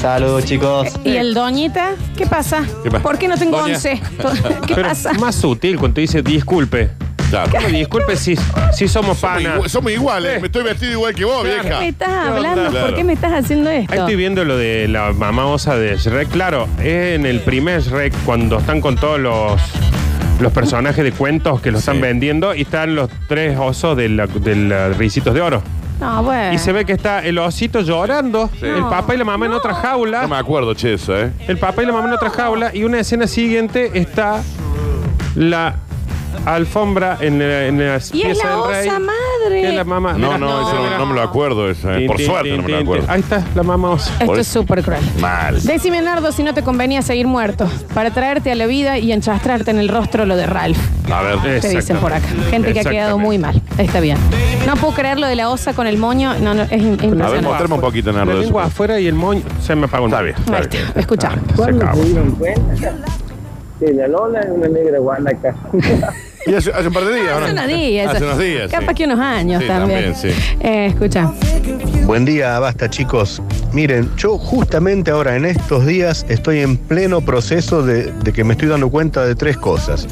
Saludos chicos.
¿Y el doñita? ¿Qué pasa?
¿Qué pasa?
¿Por qué no tengo
Doña.
once?
*laughs*
¿Qué
Pero
pasa?
más sutil cuando te dice disculpe.
Claro.
Bueno, disculpe si, si somos
Somos,
pana.
igua- somos iguales.
Sí.
Me estoy vestido igual que vos,
¿Qué me
vieja.
estás hablando?
onda?
¿Por qué me estás haciendo
Ahí
esto?
estoy viendo lo de la mamá osa de Shrek. Claro, es en el primer Shrek cuando están con todos los, los personajes de cuentos que los
Sí.
están vendiendo y están los tres osos de la, de la Ricitos de Oro.
No, bueno.
Y se ve que está el osito llorando, el
Eh. No.
papá y la mamá en otra
No me
jaula.
acuerdo, che, eso, ¿eh?
El papá y la mamá en otra jaula. Y una escena siguiente está la alfombra en la, en las
Y es
piezas
la
del rey.
osa
Que es
madre.
la mamá.
No,
Mirá,
no, eso
mirá.
no, no me lo acuerdo, eso, ¿eh?
Tin,
Por
tin,
suerte
tin,
no me lo
tin, tin.
acuerdo.
Ahí está la mamá osa.
Esto
Por
es
eso.
súper cruel.
Mal.
Decime, Nardo, si no te convenía seguir muerto para traerte a la vida y enchastrarte en el rostro lo de Ralph.
A ver.
Te dicen
Exactamente.
por acá. Gente que ha quedado muy mal. Está bien. No puedo creer lo de la osa con el moño. No, no, es im-
A ver,
impresionante.
mostrame un poquito,
La
Nardo.
lengua afuera y el moño. Se me apagó un
Está bien, está
Ahí
bien. Ah,
está. Escucha.
Se acabó.
Y hace, hace un par de días, ¿o ¿no?
Hace unos días.
Hace unos días.
Capaz
sí.
que unos años
Sí,
también.
también,
Eh, escucha.
Buen día, basta chicos. Miren, yo justamente ahora en estos días estoy en pleno proceso de, de que me estoy dando cuenta de tres cosas.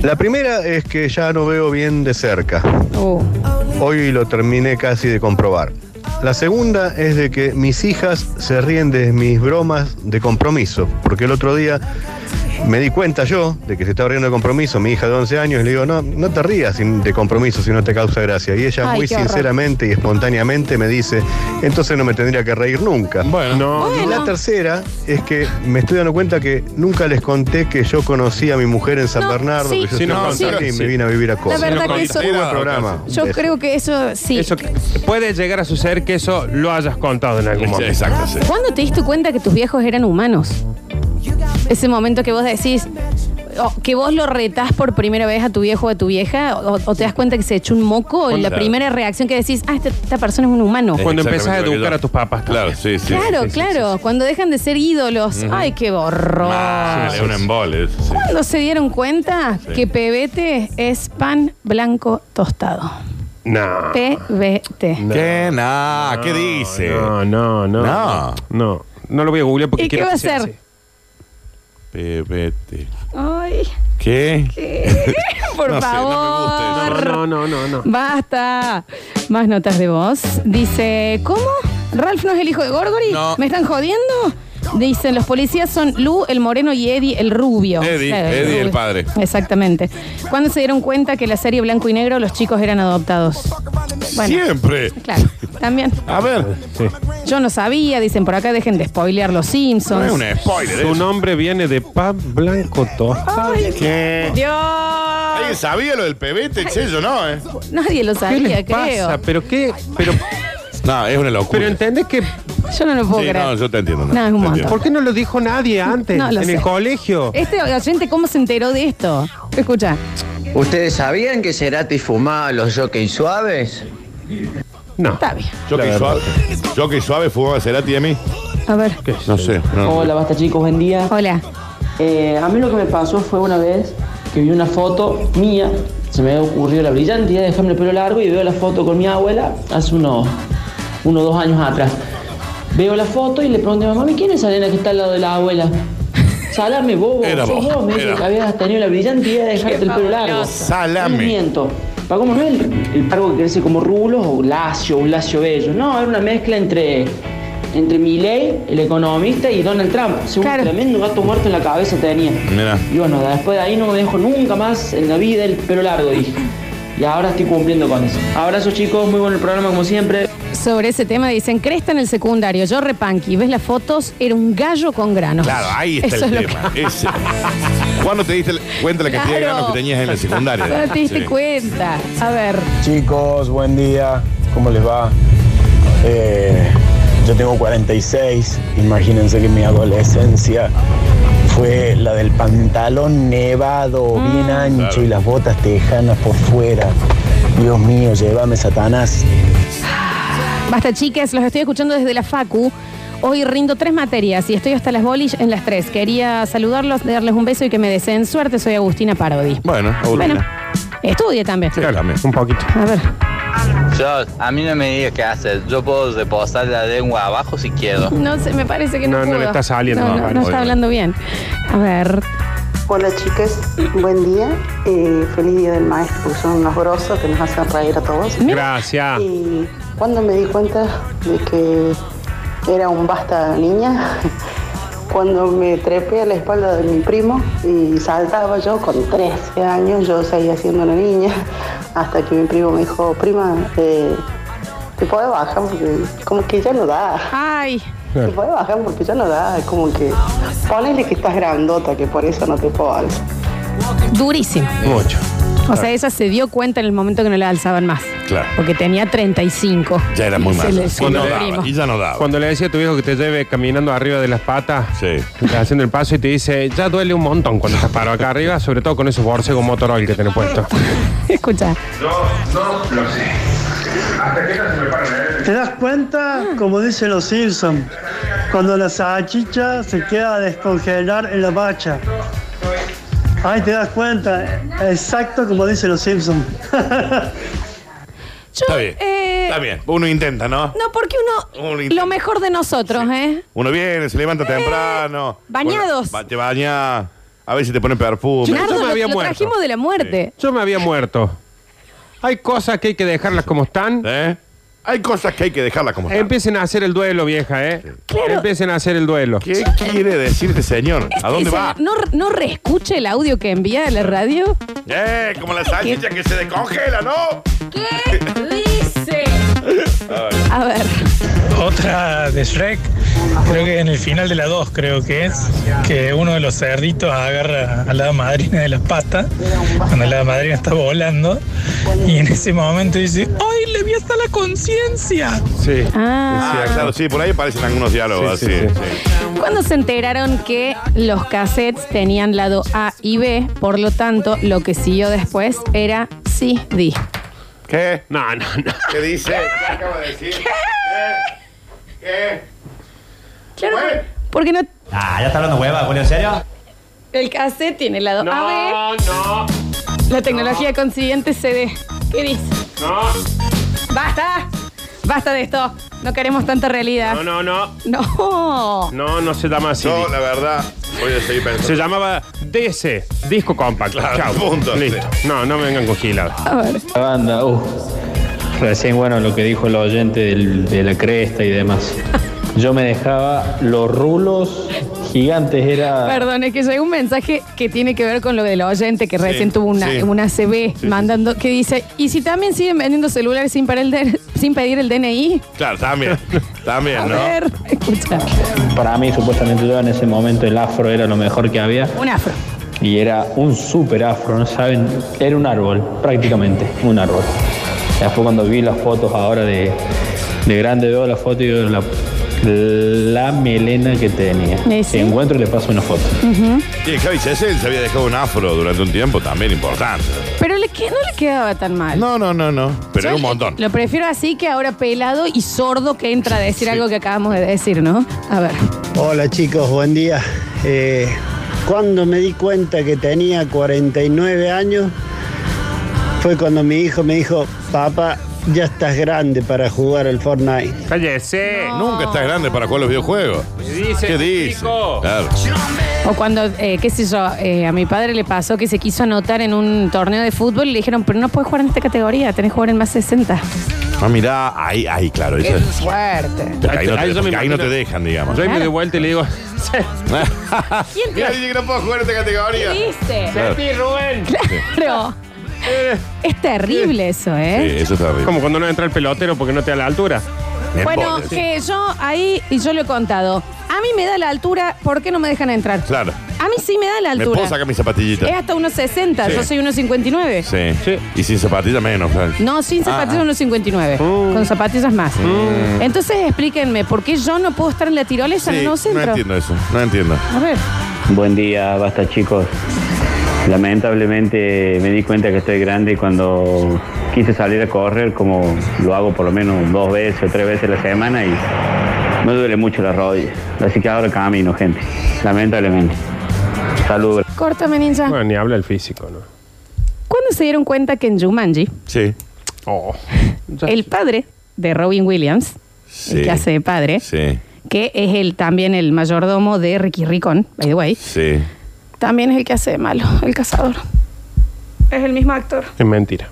La primera es que ya no veo bien de cerca. Oh.
Uh,
Hoy lo terminé casi de comprobar. La segunda es de que mis hijas se ríen de mis bromas de compromiso, porque el otro día me di cuenta yo de que se estaba riendo de compromiso, mi hija de 11 años, y le digo, no, no te rías sin- de compromiso si no te causa gracia. Y ella
Ay,
muy
qué horror.
sinceramente y espontáneamente me dice, entonces no me tendría que reír nunca.
Bueno,
No,
Y
Bueno.
la tercera es que me estoy dando cuenta que nunca les conté que yo conocí a mi mujer en San
No,
Bernardo,
sí,
que yo
sí,
soy
no,
espontáneo
sí,
y
sí.
me vine a vivir a Córdoba.
verdad que eso-
Muy buen programa. Un
yo
beso.
creo que eso sí.
Eso puede llegar a suceder que eso lo hayas contado en algún
Sí,
momento.
Exacto, sí.
¿Cuándo te diste cuenta que tus viejos eran humanos? Ese momento que vos decís, o que vos lo retás por primera vez a tu viejo o a tu vieja, o, o te das cuenta que se echó un moco, en la
Claro.
primera reacción que decís, ah, esta, esta persona es un humano.
Es
Cuando
exactamente
empezás a
lo que
educar
yo-
a tus papás
Claro, sí, sí.
claro,
sí, sí,
claro. Cuando dejan de ser ídolos, ay, qué borro.
Mal, es un embole. sí, sí.
¿Cuándo se dieron cuenta
Sí.
que pebete es pan blanco tostado?
No.
Pebete.
No.
¿Qué? Nah, ¿qué dice?
No, no, no.
No.
No. No, no lo voy a googlear porque
¿Y qué
quiero
va a
que sea
ser?
así.
Pepete.
Ay,
¿Qué?
*laughs*
qué- por
No sé, no
favor.
me gusta eso.
No, no, no, no.
Basta. Más notas de voz. Dice, ¿cómo? ¿Ralph no es el hijo de Gorgory?
No.
¿Me están jodiendo? Dicen, los policías son Lu, el moreno y Eddie, el rubio.
Eddie,
O sea,
Eddie, el
rubio.
padre.
Exactamente. ¿Cuándo se dieron cuenta que la serie Blanco y Negro los chicos eran adoptados?
Siempre.
Claro, también.
A ver,
Sí.
Yo no sabía, dicen por acá, dejen de spoilear los
no
Simpsons.
es un spoiler.
Su
eso.
nombre viene de pan blanco tostado. ¿Qué?
Dios.
Nadie sabía lo del pebete, che, yo no, ¿eh?
Nadie lo
¿Qué
sabía,
les pasa?
creo.
¿Pero qué? Pero,
No, es una locura.
pero entendés que...
Yo no lo puedo
Sí,
creer.
no, yo te entiendo.
No, es un
te
montón.
entiendo.
¿Por qué no lo dijo nadie antes
No lo
en
sé.
el colegio?
Este oyente, ¿cómo se enteró de esto? Escucha.
¿Ustedes sabían que Cerati fumaba los jockeys suaves?
No.
Está bien.
Jockey suave. Jockey suave fumaba Cerati y a mí.
A ver.
No sé. no-
Hola, basta chicos, buen día.
Hola.
Eh, a mí lo que me pasó fue una vez que vi una foto mía, se me había ocurrido la brillante idea de dejarme el pelo largo y veo la foto con mi abuela hace unos, unos dos años atrás. Veo la foto y le pregunté a mamá, "Mami, ¿quién es esa nena que está al lado de la
*laughs*
abuela? Salame, bobo,
Era
sos
vos,
vos, me dice
era.
que habías tenido la brillante idea de dejarte el pelo largo.
fabuloso.
Salame.
No les miento. Para como no es el, el pargo que crece como rulos o lacio, un lacio bello. No, era una mezcla entre, entre Milley, el economista, y Donald Trump. Según
Claro.
un tremendo gato muerto en la cabeza tenía.
Mirá.
Y bueno, después de ahí no me dejo nunca más en la vida el pelo largo, dije. Y ahora estoy cumpliendo con eso. Abrazo chicos, muy bueno el programa como siempre.
Sobre ese tema dicen, cresta en el secundario, yo repanqui, ves las fotos, era un gallo con granos.
Claro, ahí está
Eso
el
es lo
tema. Ese. ¿Cuándo te diste el- cuenta la cantidad de
Claro.
granos que tenías en la secundaria?
que- No te diste
Sí.
cuenta. A ver,
Chicos, buen día. ¿Cómo les va? Eh, yo tengo 46. Imagínense que mi adolescencia fue la del pantalón nevado,
Ah.
bien ancho
Claro.
y las botas tejanas por fuera. Dios mío, llévame Satanás.
basta chicas, los estoy escuchando desde la Facu. Hoy rindo tres materias y estoy hasta las bolis en las tres. Quería saludarlos, darles un beso y que me deseen suerte. Soy Agustina Parodi.
Bueno,
Bueno,
Agustina.
estudie también.
Sí, también.
Un poquito.
A ver,
Yo, a mí no me digas qué hacer. Yo puedo reposar la lengua abajo si quiero.
no sé, me parece que no
No, no le
pudo.
está saliendo,
No, no,
Bárbara.
no está hablando bien. A ver,
Hola chicas, buen día. Eh, feliz día del maestro, porque son unos grosos que nos hacen reír a todos.
Gracias.
Y cuando me di cuenta de que era un basta niña, *laughs* cuando me trepé a la espalda de mi primo y saltaba yo con 13 años, yo seguía siendo una niña, *laughs* hasta que mi primo me dijo, prima, eh, te puedes bajar porque como que ya no da.
ay,
Te puedes bajar porque ya no da, como que ponele que estás grandota, que por eso no te puedo alzar.
durísimo.
Mucho.
O sea, ella se dio cuenta en el momento que no la alzaban más.
Claro.
Porque tenía 35.
Ya era muy
Y se
mal.
le
Y
subió
no
el
daba.
primo.
Y ya no daba.
Cuando le decía a tu viejo que te lleve caminando arriba de las patas,
Sí.
que estás haciendo el paso y te dice, ya duele un montón cuando estás parado acá arriba, sobre todo con esos borcegos Motorola que tenés puesto.
*laughs* Escucha.
¿Te das cuenta? Como dicen los Simpsons, cuando la salchicha se queda a descongelar en la bacha. Ay, te das cuenta, exacto como dicen los *laughs* Simpsons.
Yo,
Está bien.
eh,
Está bien. Uno intenta, ¿no?
No, porque uno.
Un intento.
lo mejor de nosotros, ¿eh?
Uno viene, se levanta temprano.
bañados.
Bueno, te baña. A ver si te ponen perfume.
Claro.
Nardo,
me
lo,
había
lo
muerto.
trajimos de la muerte.
Yo me había muerto. Hay cosas que hay que dejarlas como están.
¿Eh? Hay cosas que hay que dejarlas como están.
Empiecen a hacer el duelo, vieja, ¿eh?
Claro.
Empiecen a hacer el duelo.
¿Qué quiere decir este señor? ¿A dónde
Ese-
va?
¿No, ¿No reescuche el audio que envía a la
*laughs*
radio?
¡Eh! Como la salchicha que se descongela, ¿no?
¿Qué dice? A ver.
Otra de Shrek, creo que en el final de la 2 creo que es, que uno de los cerditos agarra a la madrina de las patas, cuando la madrina está volando, y en ese momento dice, ¡ay, le vi hasta la
clara conciencia.
Sí.
Ah.
Ah, claro, sí, por ahí aparecen algunos diálogos
Sí, sí,
así.
Cuando se enteraron que los cassettes tenían lado A y B, por lo tanto, lo que siguió después era CD.
¿Qué?
No, no, no.
¿Qué dice? ¿Qué acaba de decir? ¿Qué?
Claro, porque no.
Ah, ya está hablando hueva, Julio, ¿en serio?
El cassette tiene lado A, B.
No, no.
La tecnología consiguiente CD. ¿Qué dice?
No.
¡Basta! ¡Basta de esto! No queremos tanta realidad.
No, no, no.
No.
No, no se llama así.
No, la verdad, voy a seguir pensando.
Se llamaba DC, disco compacto.
Claro,
Chau.
punto,
Listo. No, no me vengan con giladas.
A ver.
La banda, uh. Recién, bueno, lo que dijo el oyente del- de la cresta y demás. Yo me dejaba los rulos gigantes, era.
Perdón, es que llegó un mensaje que tiene que ver con lo del oyente que recién tuvo una,
sí.
una CB mandando que dice, ¿y si también siguen vendiendo celulares sin, para el D- sin pedir el DNI?
Claro, también. También,
A
¿no?
ver, escucha,
Para mí, supuestamente, yo en ese momento el afro era lo mejor que había.
un afro.
Y era un super afro, ¿no saben? Era un árbol, prácticamente, un árbol. Después cuando vi las fotos ahora de, de grande, veo la foto y veo la, la melena que tenía.
¿Y sí?
Encuentro y le paso una foto.
Ujú.
Y Javi Chesel se había dejado un afro durante un tiempo también importante.
Pero le que- no le quedaba tan mal.
No, no, no, no. Pero era un montón.
Lo prefiero así que ahora pelado y sordo que entra a decir algo que acabamos de decir, ¿no? A ver.
Hola chicos, buen día. Eh, cuando me di cuenta que tenía 49 años, fue cuando mi hijo me dijo, papá, ya estás grande para jugar al Fortnite.
Cállese.
Nunca estás grande para jugar los videojuegos.
dice,
¿Qué dice?
chico?
Claro.
O cuando, eh, qué sé yo, eh, a mi padre le pasó que se quiso anotar en un torneo de fútbol y le dijeron, pero no puedes jugar en esta categoría, tenés que jugar en más 60.
Ah, mirá, ahí, ahí, claro. eso es-
Fuerte.
Porque ahí no
Ahí yo
te,
me
porque ahí no
imagino-
te dejan, digamos.
Yo ahí me doy vuelta y le digo. *laughs*
*laughs* Mira, dice que no puedo jugar en esta categoría.
¿Qué dice?
Claro. Sí,
Rubén!
Claro. Es terrible eso, ¿eh?
eso está bien.
Como cuando no entra el pelotero porque no te da la altura.
Bueno, que yo ahí, y yo lo he contado, a mí me da la altura, ¿por qué no me dejan entrar?
Claro.
A mí sí me da la
Me
altura.
puedo sacar mis
Es
zapatillitas.
hasta 1,60, yo
Sí.
soy 1,59.
Sí. Y sin zapatillas menos, claro.
No, sin zapatillas
Ah,
1,59. Con zapatillas más.
Mm.
Entonces explíquenme, ¿por qué yo no puedo estar en la tirolesa
Sí,
en un
no
centro?
entiendo
eso, no entiendo.
A ver.
Buen día, basta chicos. Lamentablemente me di cuenta que estoy grande cuando quise salir a correr, como lo hago por lo menos dos veces o tres veces a la semana y me duele mucho la rodilla. Así que ahora camino, gente. Lamentablemente. Saludos.
Córtame, ninja.
Bueno, ni habla el físico, ¿no?
¿Cuándo se dieron cuenta que en Jumanji,
Sí.
Oh.
el padre de Robin Williams,
Sí.
el que hace de padre,
Sí.
que es el, también el mayordomo de Ricky Ricón, by the way,
Sí.
también es el que hace de malo, *laughs* el cazador. Es el mismo actor.
*laughs* Es mentira.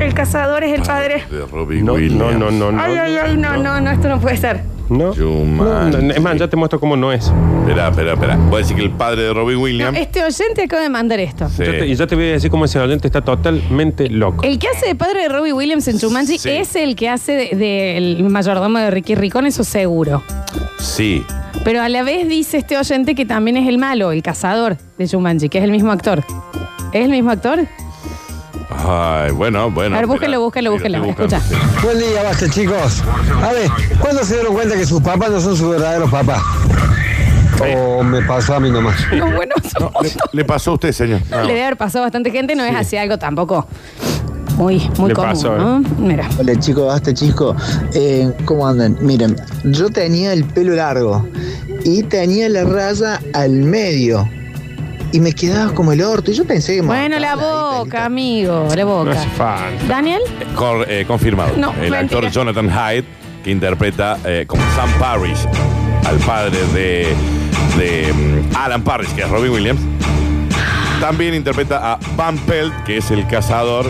El cazador es el padre.
De Robin Williams.
No, no, no.
Ay, ay, ay, no, no, no, esto no puede ser.
No. No, no, no, Es más, ya te muestro cómo no es.
Espera, espera, espera. Voy a decir que el padre de Robin
No,
Williams.
este oyente acaba de mandar esto.
Yo te- y yo te voy a decir cómo ese oyente está totalmente loco.
El que hace de padre de Robbie Williams en Chumanji
Sí.
es el que hace del de, del mayordomo de Ricky Ricón, eso seguro.
Sí.
Pero a la vez dice este oyente que también es el malo, el cazador de Chumanji, que es el mismo actor. ¿Es el mismo actor?
Ay, bueno, bueno.
a ver, búsquelo,
espera.
búsquelo,
Mira,
búsquelo.
estoy
Escucha.
Buen día, basta chicos. A ver, ¿cuándo se dieron cuenta que sus papás no son sus verdaderos papás? O me pasó a mí nomás.
No, bueno,
No, le, le pasó a usted, señor.
le debe haber pasado a bastante gente, no es así algo tampoco. Muy, muy
Le
común,
pasó,
¿no?
¿eh?
Mira.
Hola chicos, basta chicos. Eh, ¿Cómo andan? Miren, yo tenía el pelo largo y tenía la raya al medio. Y me quedaba como el orto. Y yo pensé que me
Bueno, la boca, amigo, la boca. ¿Daniel?
Cor- eh, confirmado.
No,
el actor
mentira.
Jonathan Hyde, que interpreta eh, como Sam Parrish, al padre de, de, mm, Alan Parrish, que es Robin Williams. También interpreta a Van Pelt, que es el cazador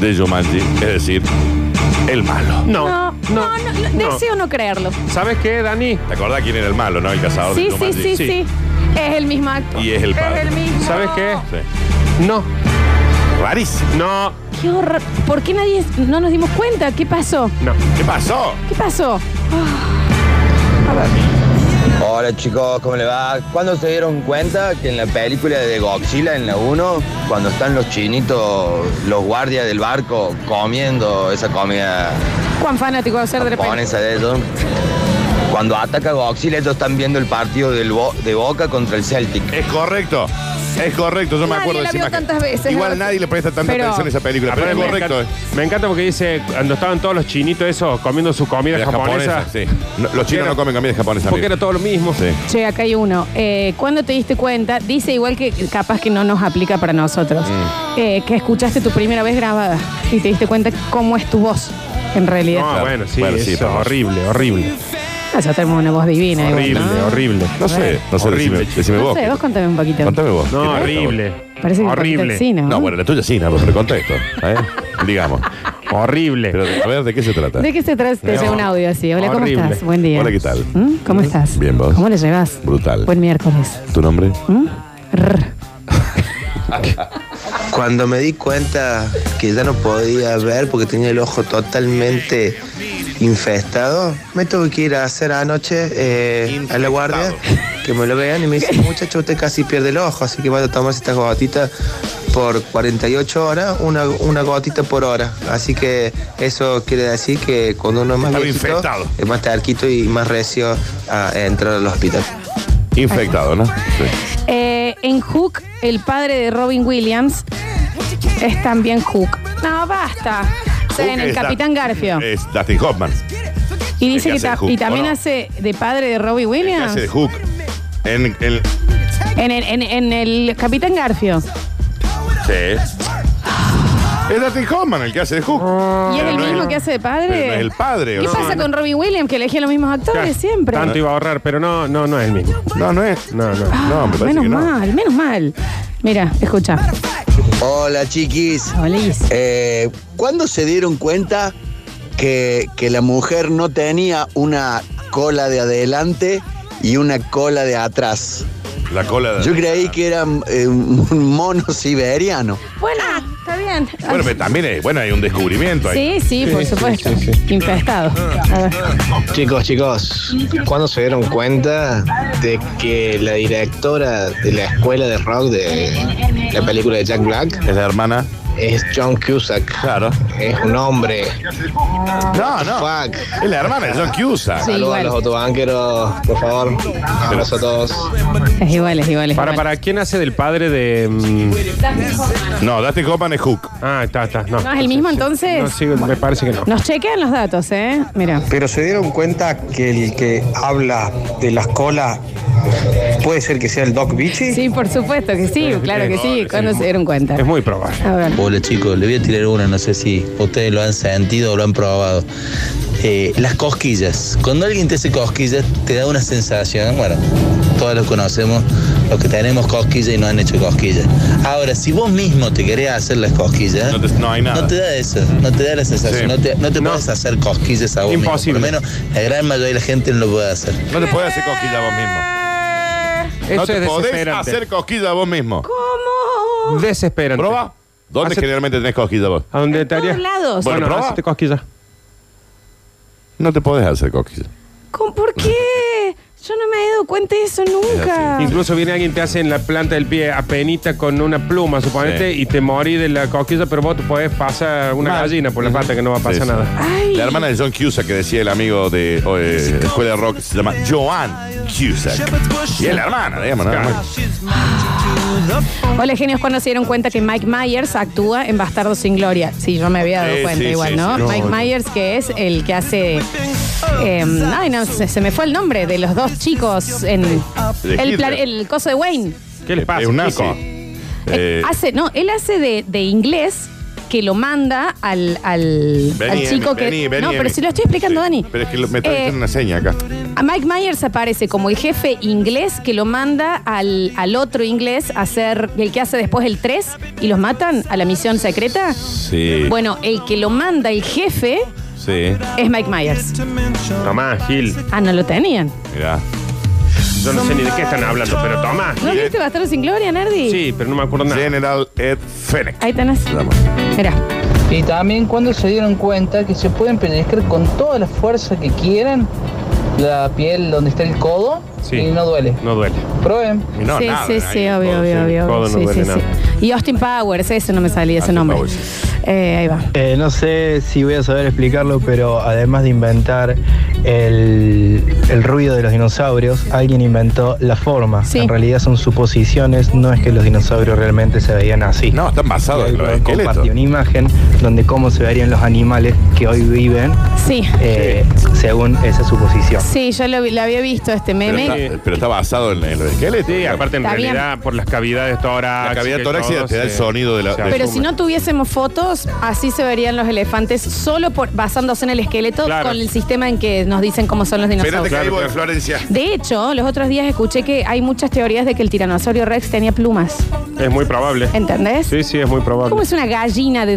de Jumanji, es decir, el malo.
No, no, no, no,
no.
deseo no creerlo.
¿Sabes qué, Dani?
¿Te acordás quién era el malo, no? El cazador
Sí,
de
sí,
Jumanji.
sí, sí, Es el mismo actor.
Y es el padre.
el mismo.
¿Sabes qué? No.
Rarísimo.
No.
Qué horror. ¿Por qué nadie no nos dimos cuenta? ¿Qué pasó?
No.
¿Qué pasó?
¿Qué pasó?
Hola chicos, ¿cómo le va? ¿Cuándo se dieron cuenta que en la película de Godzilla, en la 1, cuando están los chinitos, los guardias del barco comiendo esa comida
Cuán fanático va a ser de repente.
japonesa de ellos, cuando ataca Godzilla ellos están viendo el partido del Bo- de Boca contra el Celtic?
Es correcto, es correcto, yo me
Nadie
acuerdo de
la
esa
vio
imagen.
tantas veces,
Igual
¿verdad?
nadie le presta tanta
Pero-
atención a esa película, pero es
Aparte, me
correcto. eh.
encanta- Me encanta porque dice, cuando estaban todos los chinitos esos comiendo su comida
La
japonesa.
japonesa, sí. No, los chinos
Era-
no comen comida japonesa.
Porque
amigo.
era todo lo mismo. Ah,
Che, acá hay uno. Eh, ¿Cuándo te diste cuenta? Dice igual que capaz que no nos aplica para nosotros.
Mm.
Eh, que escuchaste tu primera vez grabada y te diste cuenta cómo es tu voz en realidad.
No, bueno, sí,
Bueno, sí,
eso,
pero-
horrible, horrible.
Ah, ya tenemos una voz divina. igual,
Horrible,
¿no?
horrible.
No sé, no sé,
Horrible,
decime, decime
No
vos.
sé, vos contame un poquito.
Contame vos.
No,
¿Qué te
horrible.
pasa vos?
Parece que un Horrible. poquito sí, ¿no?
No, bueno, la tuya sí, no, pero contesto. ¿eh? Digamos.
Horrible.
Pero a ver, ¿de qué se trata?
¿De qué se trata? Te
No.
llega un audio así. Hola, ¿cómo
Horrible.
estás? Buen día.
Hola, ¿qué tal?
¿Mm? ¿Cómo estás?
Bien, vos.
¿Cómo le llevas?
Brutal.
Buen miércoles.
¿Tu nombre?
¿Mm?
Cuando me di cuenta que ya no podía ver porque tenía el ojo totalmente infestado, me tuve que ir a hacer anoche eh, a la guardia que me lo vean y me dicen, muchacho, usted casi pierde el ojo, así que vaya a tomarse estas gotitas por 48 horas, una, una gotita por hora. Así que eso quiere decir que cuando uno es más
Estaba
viejito,
infectado.
es más tarquito y más recio a entrar al hospital.
Infectado, ¿no?
Eh, en Hook, el padre de Robin Williams es también Hook. No, basta. O sea, en el
Es Da-
Capitán Garfio.
Es Dustin Hoffman.
Y
Eh, el que
dice que
hace
ta-
de Hook,
y
¿o
también
no?
hace de padre de Robbie
que
Williams.
hace de Hook. En el.
En el, en- en el Capitán Garfio.
Sí. Es Dustin Hoffman el que hace de Hook.
Y es
Ah, Pero
el
no
mismo que hace de padre.
pero no es el padre,
Ah, eh. ¿Qué
¿o no?
pasa con Robbie Williams que elegía los mismos actores
Claro,
siempre?
Tanto iba a ahorrar, pero no, no, no es el mismo.
No, no es.
No, no.
Ah,
no,
menos mal, menos mal. Mira, escucha.
Hola chiquis. Eh, ¿Cuándo se dieron cuenta que, que la mujer no tenía una cola de adelante y una cola de atrás?
La cola de-
Yo creí que era eh, un mono siberiano.
Bueno,
Ah.
está bien.
Bueno, pero también es, bueno, hay un descubrimiento ahí.
Sí, sí, por supuesto. Infestado. A ver.
Chicos, chicos, ¿cuándo se dieron cuenta de que la directora de la escuela de rock de la película de Jack Black
es la hermana?
Es John Cusack.
Claro.
Es un hombre.
No, no. Es la hermana de John Cusack.
Saludos a los autobanqueros, por favor. Abrazo a todos.
Es igual, es igual. es
Para,
igual.
para, ¿quién hace del padre de.? mm,
No, Dustin Hoffman es Hook.
Ah, está, está. No,
¿No es el mismo entonces?
No, sí, me parece que no.
Nos chequean los datos, ¿eh? Mira.
Pero se dieron cuenta que el que habla de las colas puede ser que sea el Doc Bichi.
Sí, por supuesto que sí, claro que sí. Cuando se dieron cuenta.
Es muy probable.
A ver.
Hola chicos, le voy a tirar una, no sé si ustedes lo han sentido o lo han probado. Eh, las cosquillas. Cuando alguien te hace cosquillas, te da una sensación. Bueno, todos los conocemos, los que tenemos cosquillas y no han hecho cosquillas. Ahora, si vos mismo te querés hacer las cosquillas, no te,
hay nada.
da eso, no te da la sensación, no te, no te puedes hacer cosquillas a vos
Imposible.
mismo. Por lo menos la gran mayoría de la gente no lo puede hacer.
No te podés hacer cosquilla a vos mismo. no
Eso
te
es
podés
desesperante.
hacer cosquilla a vos mismo.
Desesperante.
¿Proba? ¿Dónde
Hace-
generalmente tenés cosquilla vos?
¿A dónde te harías?
todos
Bueno,
lados.
Bueno,
probá.
probá.
hacete cosquillas.
No te podés hacer cosquilla.
¿Con por qué? Yo no me he dado cuenta de eso nunca.
Incluso viene alguien te hace en la planta del pie apenita con una pluma, suponete, y te morí de la cosquilla, pero vos te podés pasar una gallina por la pata que no va a pasar
Sí, sí.
nada.
La hermana de John Cusack que decía el amigo de o, eh, Escuela de Rock se llama Joan Cusack. Y es la hermana, digamos, ¿no?
Hola, genios, cuando se dieron cuenta que Mike Myers actúa en Bastardo sin Gloria. Sí, yo me había dado
Eh,
cuenta
sí,
igual,
sí,
¿no?
sí. No,
Mike
no.
Myers, que es el que hace. eh, ay, no, se, se me fue el nombre de los dos chicos en.
De
El,
Hitler.
plan- el coso de Wayne.
¿Qué le pasa?
Es un nazi.
chico?
Eh,
Hace, no, él hace de, de inglés que lo manda al, al,
Vení,
al chico
Emi,
que.
vení, vení,
no, pero
Emi.
si lo estoy explicando, Dani.
pero es que lo- me está
Eh,
diciendo una seña acá.
A Mike Myers aparece como el jefe inglés que lo manda al, al otro inglés a hacer, el que hace después el 3 y los matan a la misión secreta.
Sí.
Bueno, el que lo manda el jefe
Sí.
es Mike Myers.
Tomá, Gil.
Ah, no lo tenían.
Mirá.
Yo no sé ni de qué están hablando, pero
Ah,
tomá.
¿No
Gil.
eh.
viste Bastardo sin Gloria, Nardi?
Sí, pero no me acuerdo nada.
General Ed Fennec.
Ahí tenés. Mira.
Y también cuando se dieron cuenta que se pueden penetrar con toda la fuerza que quieran la piel donde está el codo y no duele.
No duele.
Prueben.
sí, sí, sí, obvio, obvio, obvio.
codo no
Sí,
duele
sí,
nada.
sí. Y Austin Powers, ese no me salía ese nombre. Eh, ahí va.
Eh, no sé si voy a saber explicarlo, pero además de inventar el, el ruido de los dinosaurios, alguien inventó la forma. En realidad son suposiciones, no es que los dinosaurios realmente se veían así.
No, están basados en los esqueletos.
Compartí una imagen donde cómo se verían los animales que hoy viven
Sí.
eh, según esa suposición.
Sí, yo lo, vi- lo había visto este
Pero
meme.
está, pero está basado en, en los esqueletos. Ah,
Sí, aparte en
Está bien.
realidad por las cavidades torácicas.
La cavidad
y
torácica
todo
te da el
se-
sonido de la-
se
del-
Pero
asume.
si no tuviésemos fotos, así se verían los elefantes solo por, basándose en el esqueleto
Claro.
con el sistema en que nos dicen cómo son los
Espérate
dinosaurios.
este que ahí voy, Florencia.
De hecho, los otros días escuché que hay muchas teorías de que el tiranosaurio Rex tenía plumas.
Es muy probable.
¿Entendés?
Sí, sí, es muy probable.
¿Cómo es una gallina de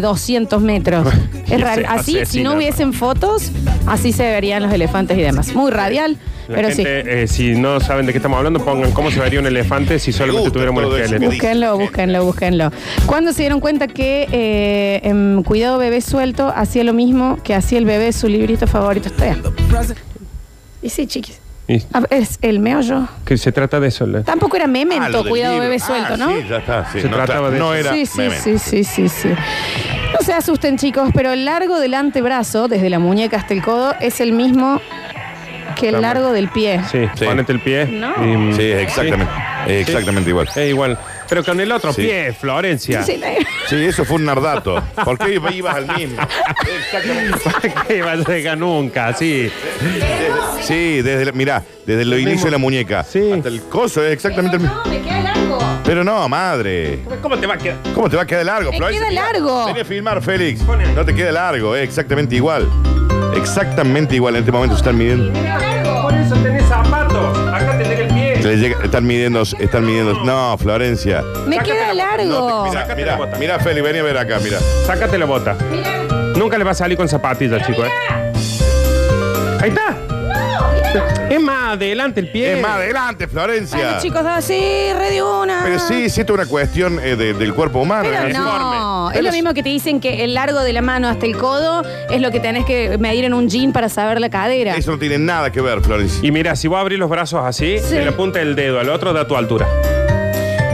*laughs*
200 metros?
Y
Es raro.
se
Así, si
asesina.
no hubiesen fotos, así se verían los elefantes y demás. Muy radial,
La
pero sí.
gente, eh, si no saben de qué estamos hablando, pongan cómo se vería un elefante si solamente tuviéramos un esqueleto.
Búsquenlo, búsquenlo, búsquenlo. Cuando se dieron cuenta que eh, em, Cuidado Bebé Suelto hacía lo mismo que hacía el bebé su librito favorito? Está bien. Y sí, chiquis.
Y
A ver, Es el meollo.
que se trata de eso. la-
Tampoco era
Ah,
memento,
lo del
Cuidado
libro.
Bebé
Ah,
Suelto, ¿no?
Sí, ya está. sí,
Se
no,
trataba de
no
eso.
era
Sí, sí,
meme.
sí, sí, sí, sí. No se asusten, chicos, pero el largo del antebrazo, desde la muñeca hasta el codo, es el mismo que el
Está mal.
largo del pie.
Sí, ponete el pie.
No.
y-
Sí, exactamente.
Sí.
Exactamente igual.
Es igual. Pero con el otro
Sí.
pie, Florencia. *laughs*
Sí, la-
Sí, eso fue un nardato. ¿Por qué ibas al mismo?
*laughs*
¿Para qué iba a llegar nunca? Sí.
Sí, desde la, mirá, desde el inicio de la muñeca hasta el coso es exactamente el mismo.
Me queda largo.
Pero no, madre.
¿Cómo te va a quedar?
¿Cómo te va a quedar largo,
Me
Florencia?
queda largo.
Vení a filmar, Félix. No te queda largo, es exactamente igual. Exactamente igual. En este momento se están midiendo.
Por eso tenés zapatos. Acá tenés el pie.
le llega- están midiendo, están midiendo. No, Florencia.
Me queda largo.
Mira, mira, Félix, vení a ver acá, mira.
Sácate la bota. Nunca le va a salir con zapatillas, chicos. ¿eh? Ahí está. Es más adelante el pie.
Es más adelante, Florencia.
Bueno, chicos, así, re de una.
Pero sí, sí, esto es una cuestión eh, de- del cuerpo humano.
Pero
¿eh?
no, es
Pero
lo mismo que te dicen que el largo de la mano hasta el codo es lo que tenés que medir en un jean para saber la cadera.
Eso no tiene nada que ver, Florencia.
Y mira, si vos abrís los brazos así,
Sí.
de la punta del dedo al otro da tu altura.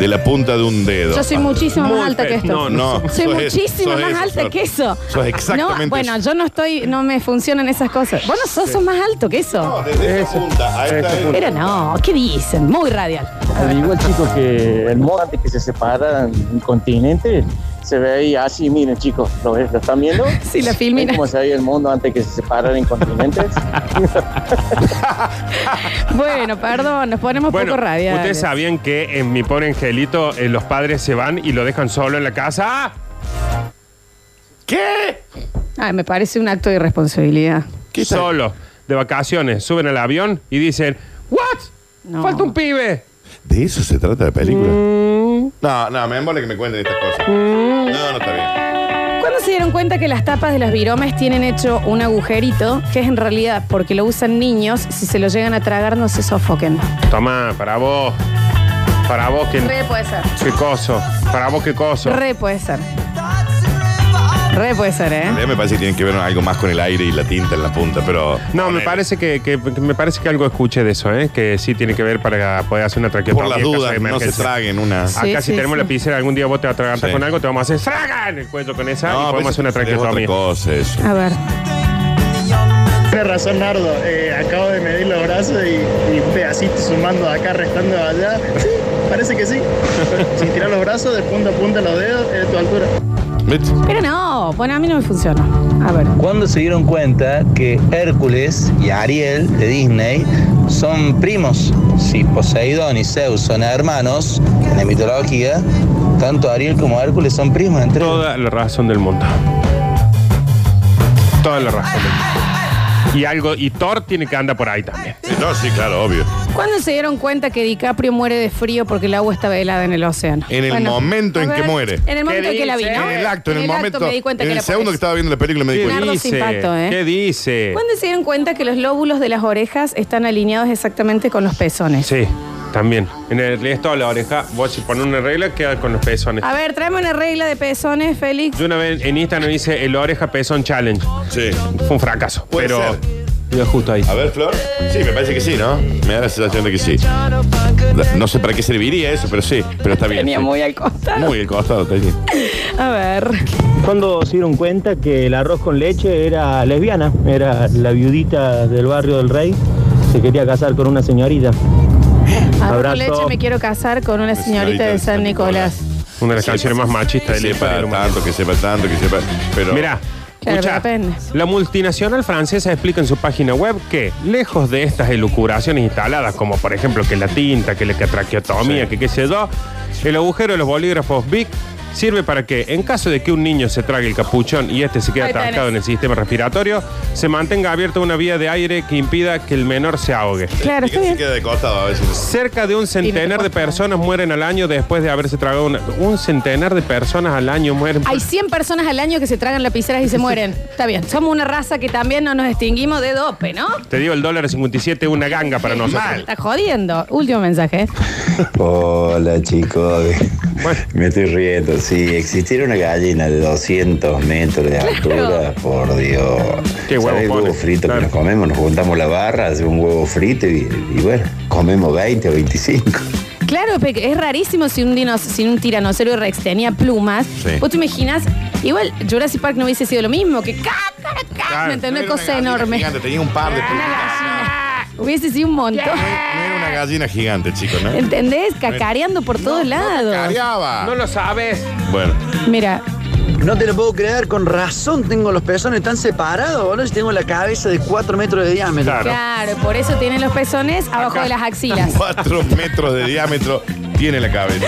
De la punta de un dedo.
Yo soy muchísimo
Muy
más alta
fe-
que
no,
esto.
no,
Soy
Ah, sos eso,
muchísimo
sos
más
eso,
alta
Flor.
que eso.
Sos exactamente
No, bueno,
eso.
yo no estoy, no me funcionan esas cosas. Vos no sos, sos más alto que eso.
Desde esa punta a esta es-
Pero no, ¿qué dicen? Muy radial.
Al igual, chicos, que el modo antes que se separa un continente, se veía así, miren, chicos, ¿lo, ves? ¿Lo están viendo?
*laughs* Sí, la filmina.
¿Ven cómo se veía el mundo antes que se separaran en
*laughs*
continentes?
Bueno, perdón, nos ponemos
Bueno,
poco radial.
¿ustedes sabían que en mi pobre angelito eh, los padres se van y lo dejan solo en la casa? ¿Qué?
Ay, me parece un acto de irresponsabilidad.
Solo, de vacaciones, suben al avión y dicen, ¿What? Falta un pibe.
¿De eso se trata la película? No, no, me embole que me cuenten estas cosas. No, no está bien.
¿Cuándo se dieron cuenta que las tapas de los viromes tienen hecho un agujerito? Que es en realidad porque lo usan niños, si se lo llegan a tragar no se sofoquen.
Toma, para vos. Para vos que...
Re puede ser.
¿Qué coso? Para vos qué coso.
Re puede ser. Re puede ser, ¿eh?
En realidad me parece que tiene que ver algo más con el aire y la tinta en la punta, pero.
No, me parece que, que- que me parece que algo escuché de eso, ¿eh? que sí tiene que ver para poder hacer una traqueotomía.
Por las
en caso
dudas,
de
no
emergencia.
se traguen una.
Acá
Sí,
si
sí,
tenemos
sí.
la piscera, algún día vos te vas a atragantar
Sí. pues,
con algo, te vamos a hacer ¡Fraga! en el cuello con esa y podemos hacer una traqueotomía.
A ver.
Tienes razón, Nardo. Eh, acabo de medir los brazos y, y ve así sumando de acá, restando de allá. Sí, parece que sí. Sin tirar los brazos, de punta a punta los dedos, es tu altura.
Pero no, bueno, a mí no me funciona. A ver.
¿Cuándo se dieron cuenta que Hércules y Ariel de Disney son primos? Si Poseidón y Zeus son hermanos, en la mitología, tanto Ariel como Hércules son primos entre
Toda la razón del mundo. Toda la razón del mundo. Y algo, y Thor tiene que andar por ahí también.
No, sí, claro, obvio.
¿Cuándo se dieron cuenta que DiCaprio muere de frío porque el agua está velada en el océano?
En el
Bueno,
momento
a
en que
ver,
muere.
En el momento en que la vi, ¿no?
En el acto, en, el,
acto
momento.
me di cuenta
en
que
el
la
segundo que estaba viendo la película me di cuenta.
Nardo sin pacto, ¿eh?
¿Qué dice?
¿Cuándo se dieron cuenta que los lóbulos de las orejas están alineados exactamente con los pezones?
Sí, también. En el es toda la oreja, vos si pones una regla, queda con los pezones.
A ver, tráeme una regla de pezones, Félix.
Yo una vez en Instagram hice el oreja pezón challenge.
Sí.
Fue un fracaso. pero Yo justo ahí.
A ver, Flor. Sí, me parece que sí, ¿no? Me da la sensación de que sí. Da- No sé para qué serviría eso, pero sí. Pero está bien.
Tenía
sí.
muy al costado.
Muy al costado, está bien.
A ver.
Cuando se dieron cuenta que el arroz con leche era lesbiana, era la viudita del barrio del Rey, se quería casar con una señorita.
Arroz
Abrazo.
con leche me quiero casar con una señorita de San Nicolás.
Una de las canciones más machistas
Que
del
sepa tanto, que sepa tanto, que sepa. Pero.
Mirá,
Claro,
escuchá,
depende.
la multinacional francesa explica en su página web que, lejos de estas elucubraciones instaladas, como por ejemplo que la tinta, que la catraqueotomía, que qué sé yo, el agujero de los bolígrafos Big sirve para que, en caso de que un niño se trague el capuchón y este se quede
Ahí tenés.
atascado en el sistema respiratorio, se mantenga abierta una vía de aire que impida que el menor se ahogue.
Claro, está bien.
Queda de costado a veces.
Cerca de un centenar de personas mueren al año después de haberse tragado una... Un centenar de personas al año mueren.
Hay 100 personas al año que se tragan lapiceras y se mueren. Está bien. Somos una raza que también no nos extinguimos de dope, ¿no?
Te digo, el dólar 57 es una ganga para nosotros.
Está jodiendo. Último mensaje.
*laughs*
Hola chicos, me estoy riendo. Si existiera una gallina de 200 metros de altura, por Dios.
Qué huevo
¿Sabés el huevo frito que nos comemos? Nos juntamos la barra, hacemos un huevo frito y, y bueno, comemos 20 o 25.
Claro, pe- es rarísimo si un, dinos, si un tiranosaurio rex tenía plumas.
Sí.
¿Vos te imaginas? Igual Jurassic Park no hubiese sido lo mismo, que ca, ca, ca, ¿me entendés? Una cosa enorme.
Gigante, tenía un par de.
Hubiese sido un montón.
Era una gallina gigante, chicos, ¿no?
¿Entendés? Cacareando por todos lados.
No lo sabes.
Bueno.
Mira,
No te lo puedo creer, con razón tengo los pezones tan separados, boludo. Yo tengo la cabeza de 4 metros de diámetro.
claro, por eso tienen los pezones abajo de las *laughs* axilas.
Cuatro metros de diámetro tiene la cabeza.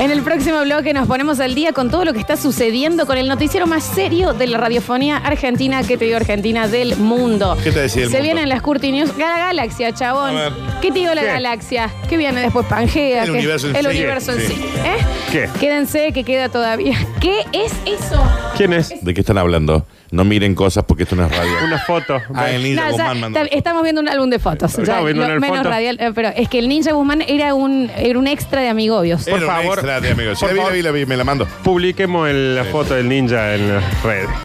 En el próximo bloque nos ponemos al día con todo lo que está sucediendo con el noticiero más serio de la radiofonía argentina, que te dio Argentina del mundo.
¿Qué te decía el
Se
mundo?
vienen las Curti News. La galaxia, chabón.
A ver.
¿Qué te digo la
¿Qué?
galaxia? ¿Qué viene después? Pangea.
El
¿Qué?
universo en
El
sí.
universo en
Sí.
sí. ¿Eh?
¿Qué?
Quédense, que queda todavía. *laughs* ¿Qué es eso?
¿Quién es?
¿De qué están hablando? No miren cosas porque esto no es radio.
Una foto.
Ah, el Ninja
No, ya,
Guzmán mandó.
está- estamos viendo un álbum de fotos.
Estamos
Ya,
viendo
lo
una
menos
foto.
radial, eh, pero es que el Ninja Guzmán era un, era un extra de amigobios.
Era un extra de amigos. Sí, la vi, la vi, la vi, me la mando.
Publiquemos el- la foto del ninja en las redes.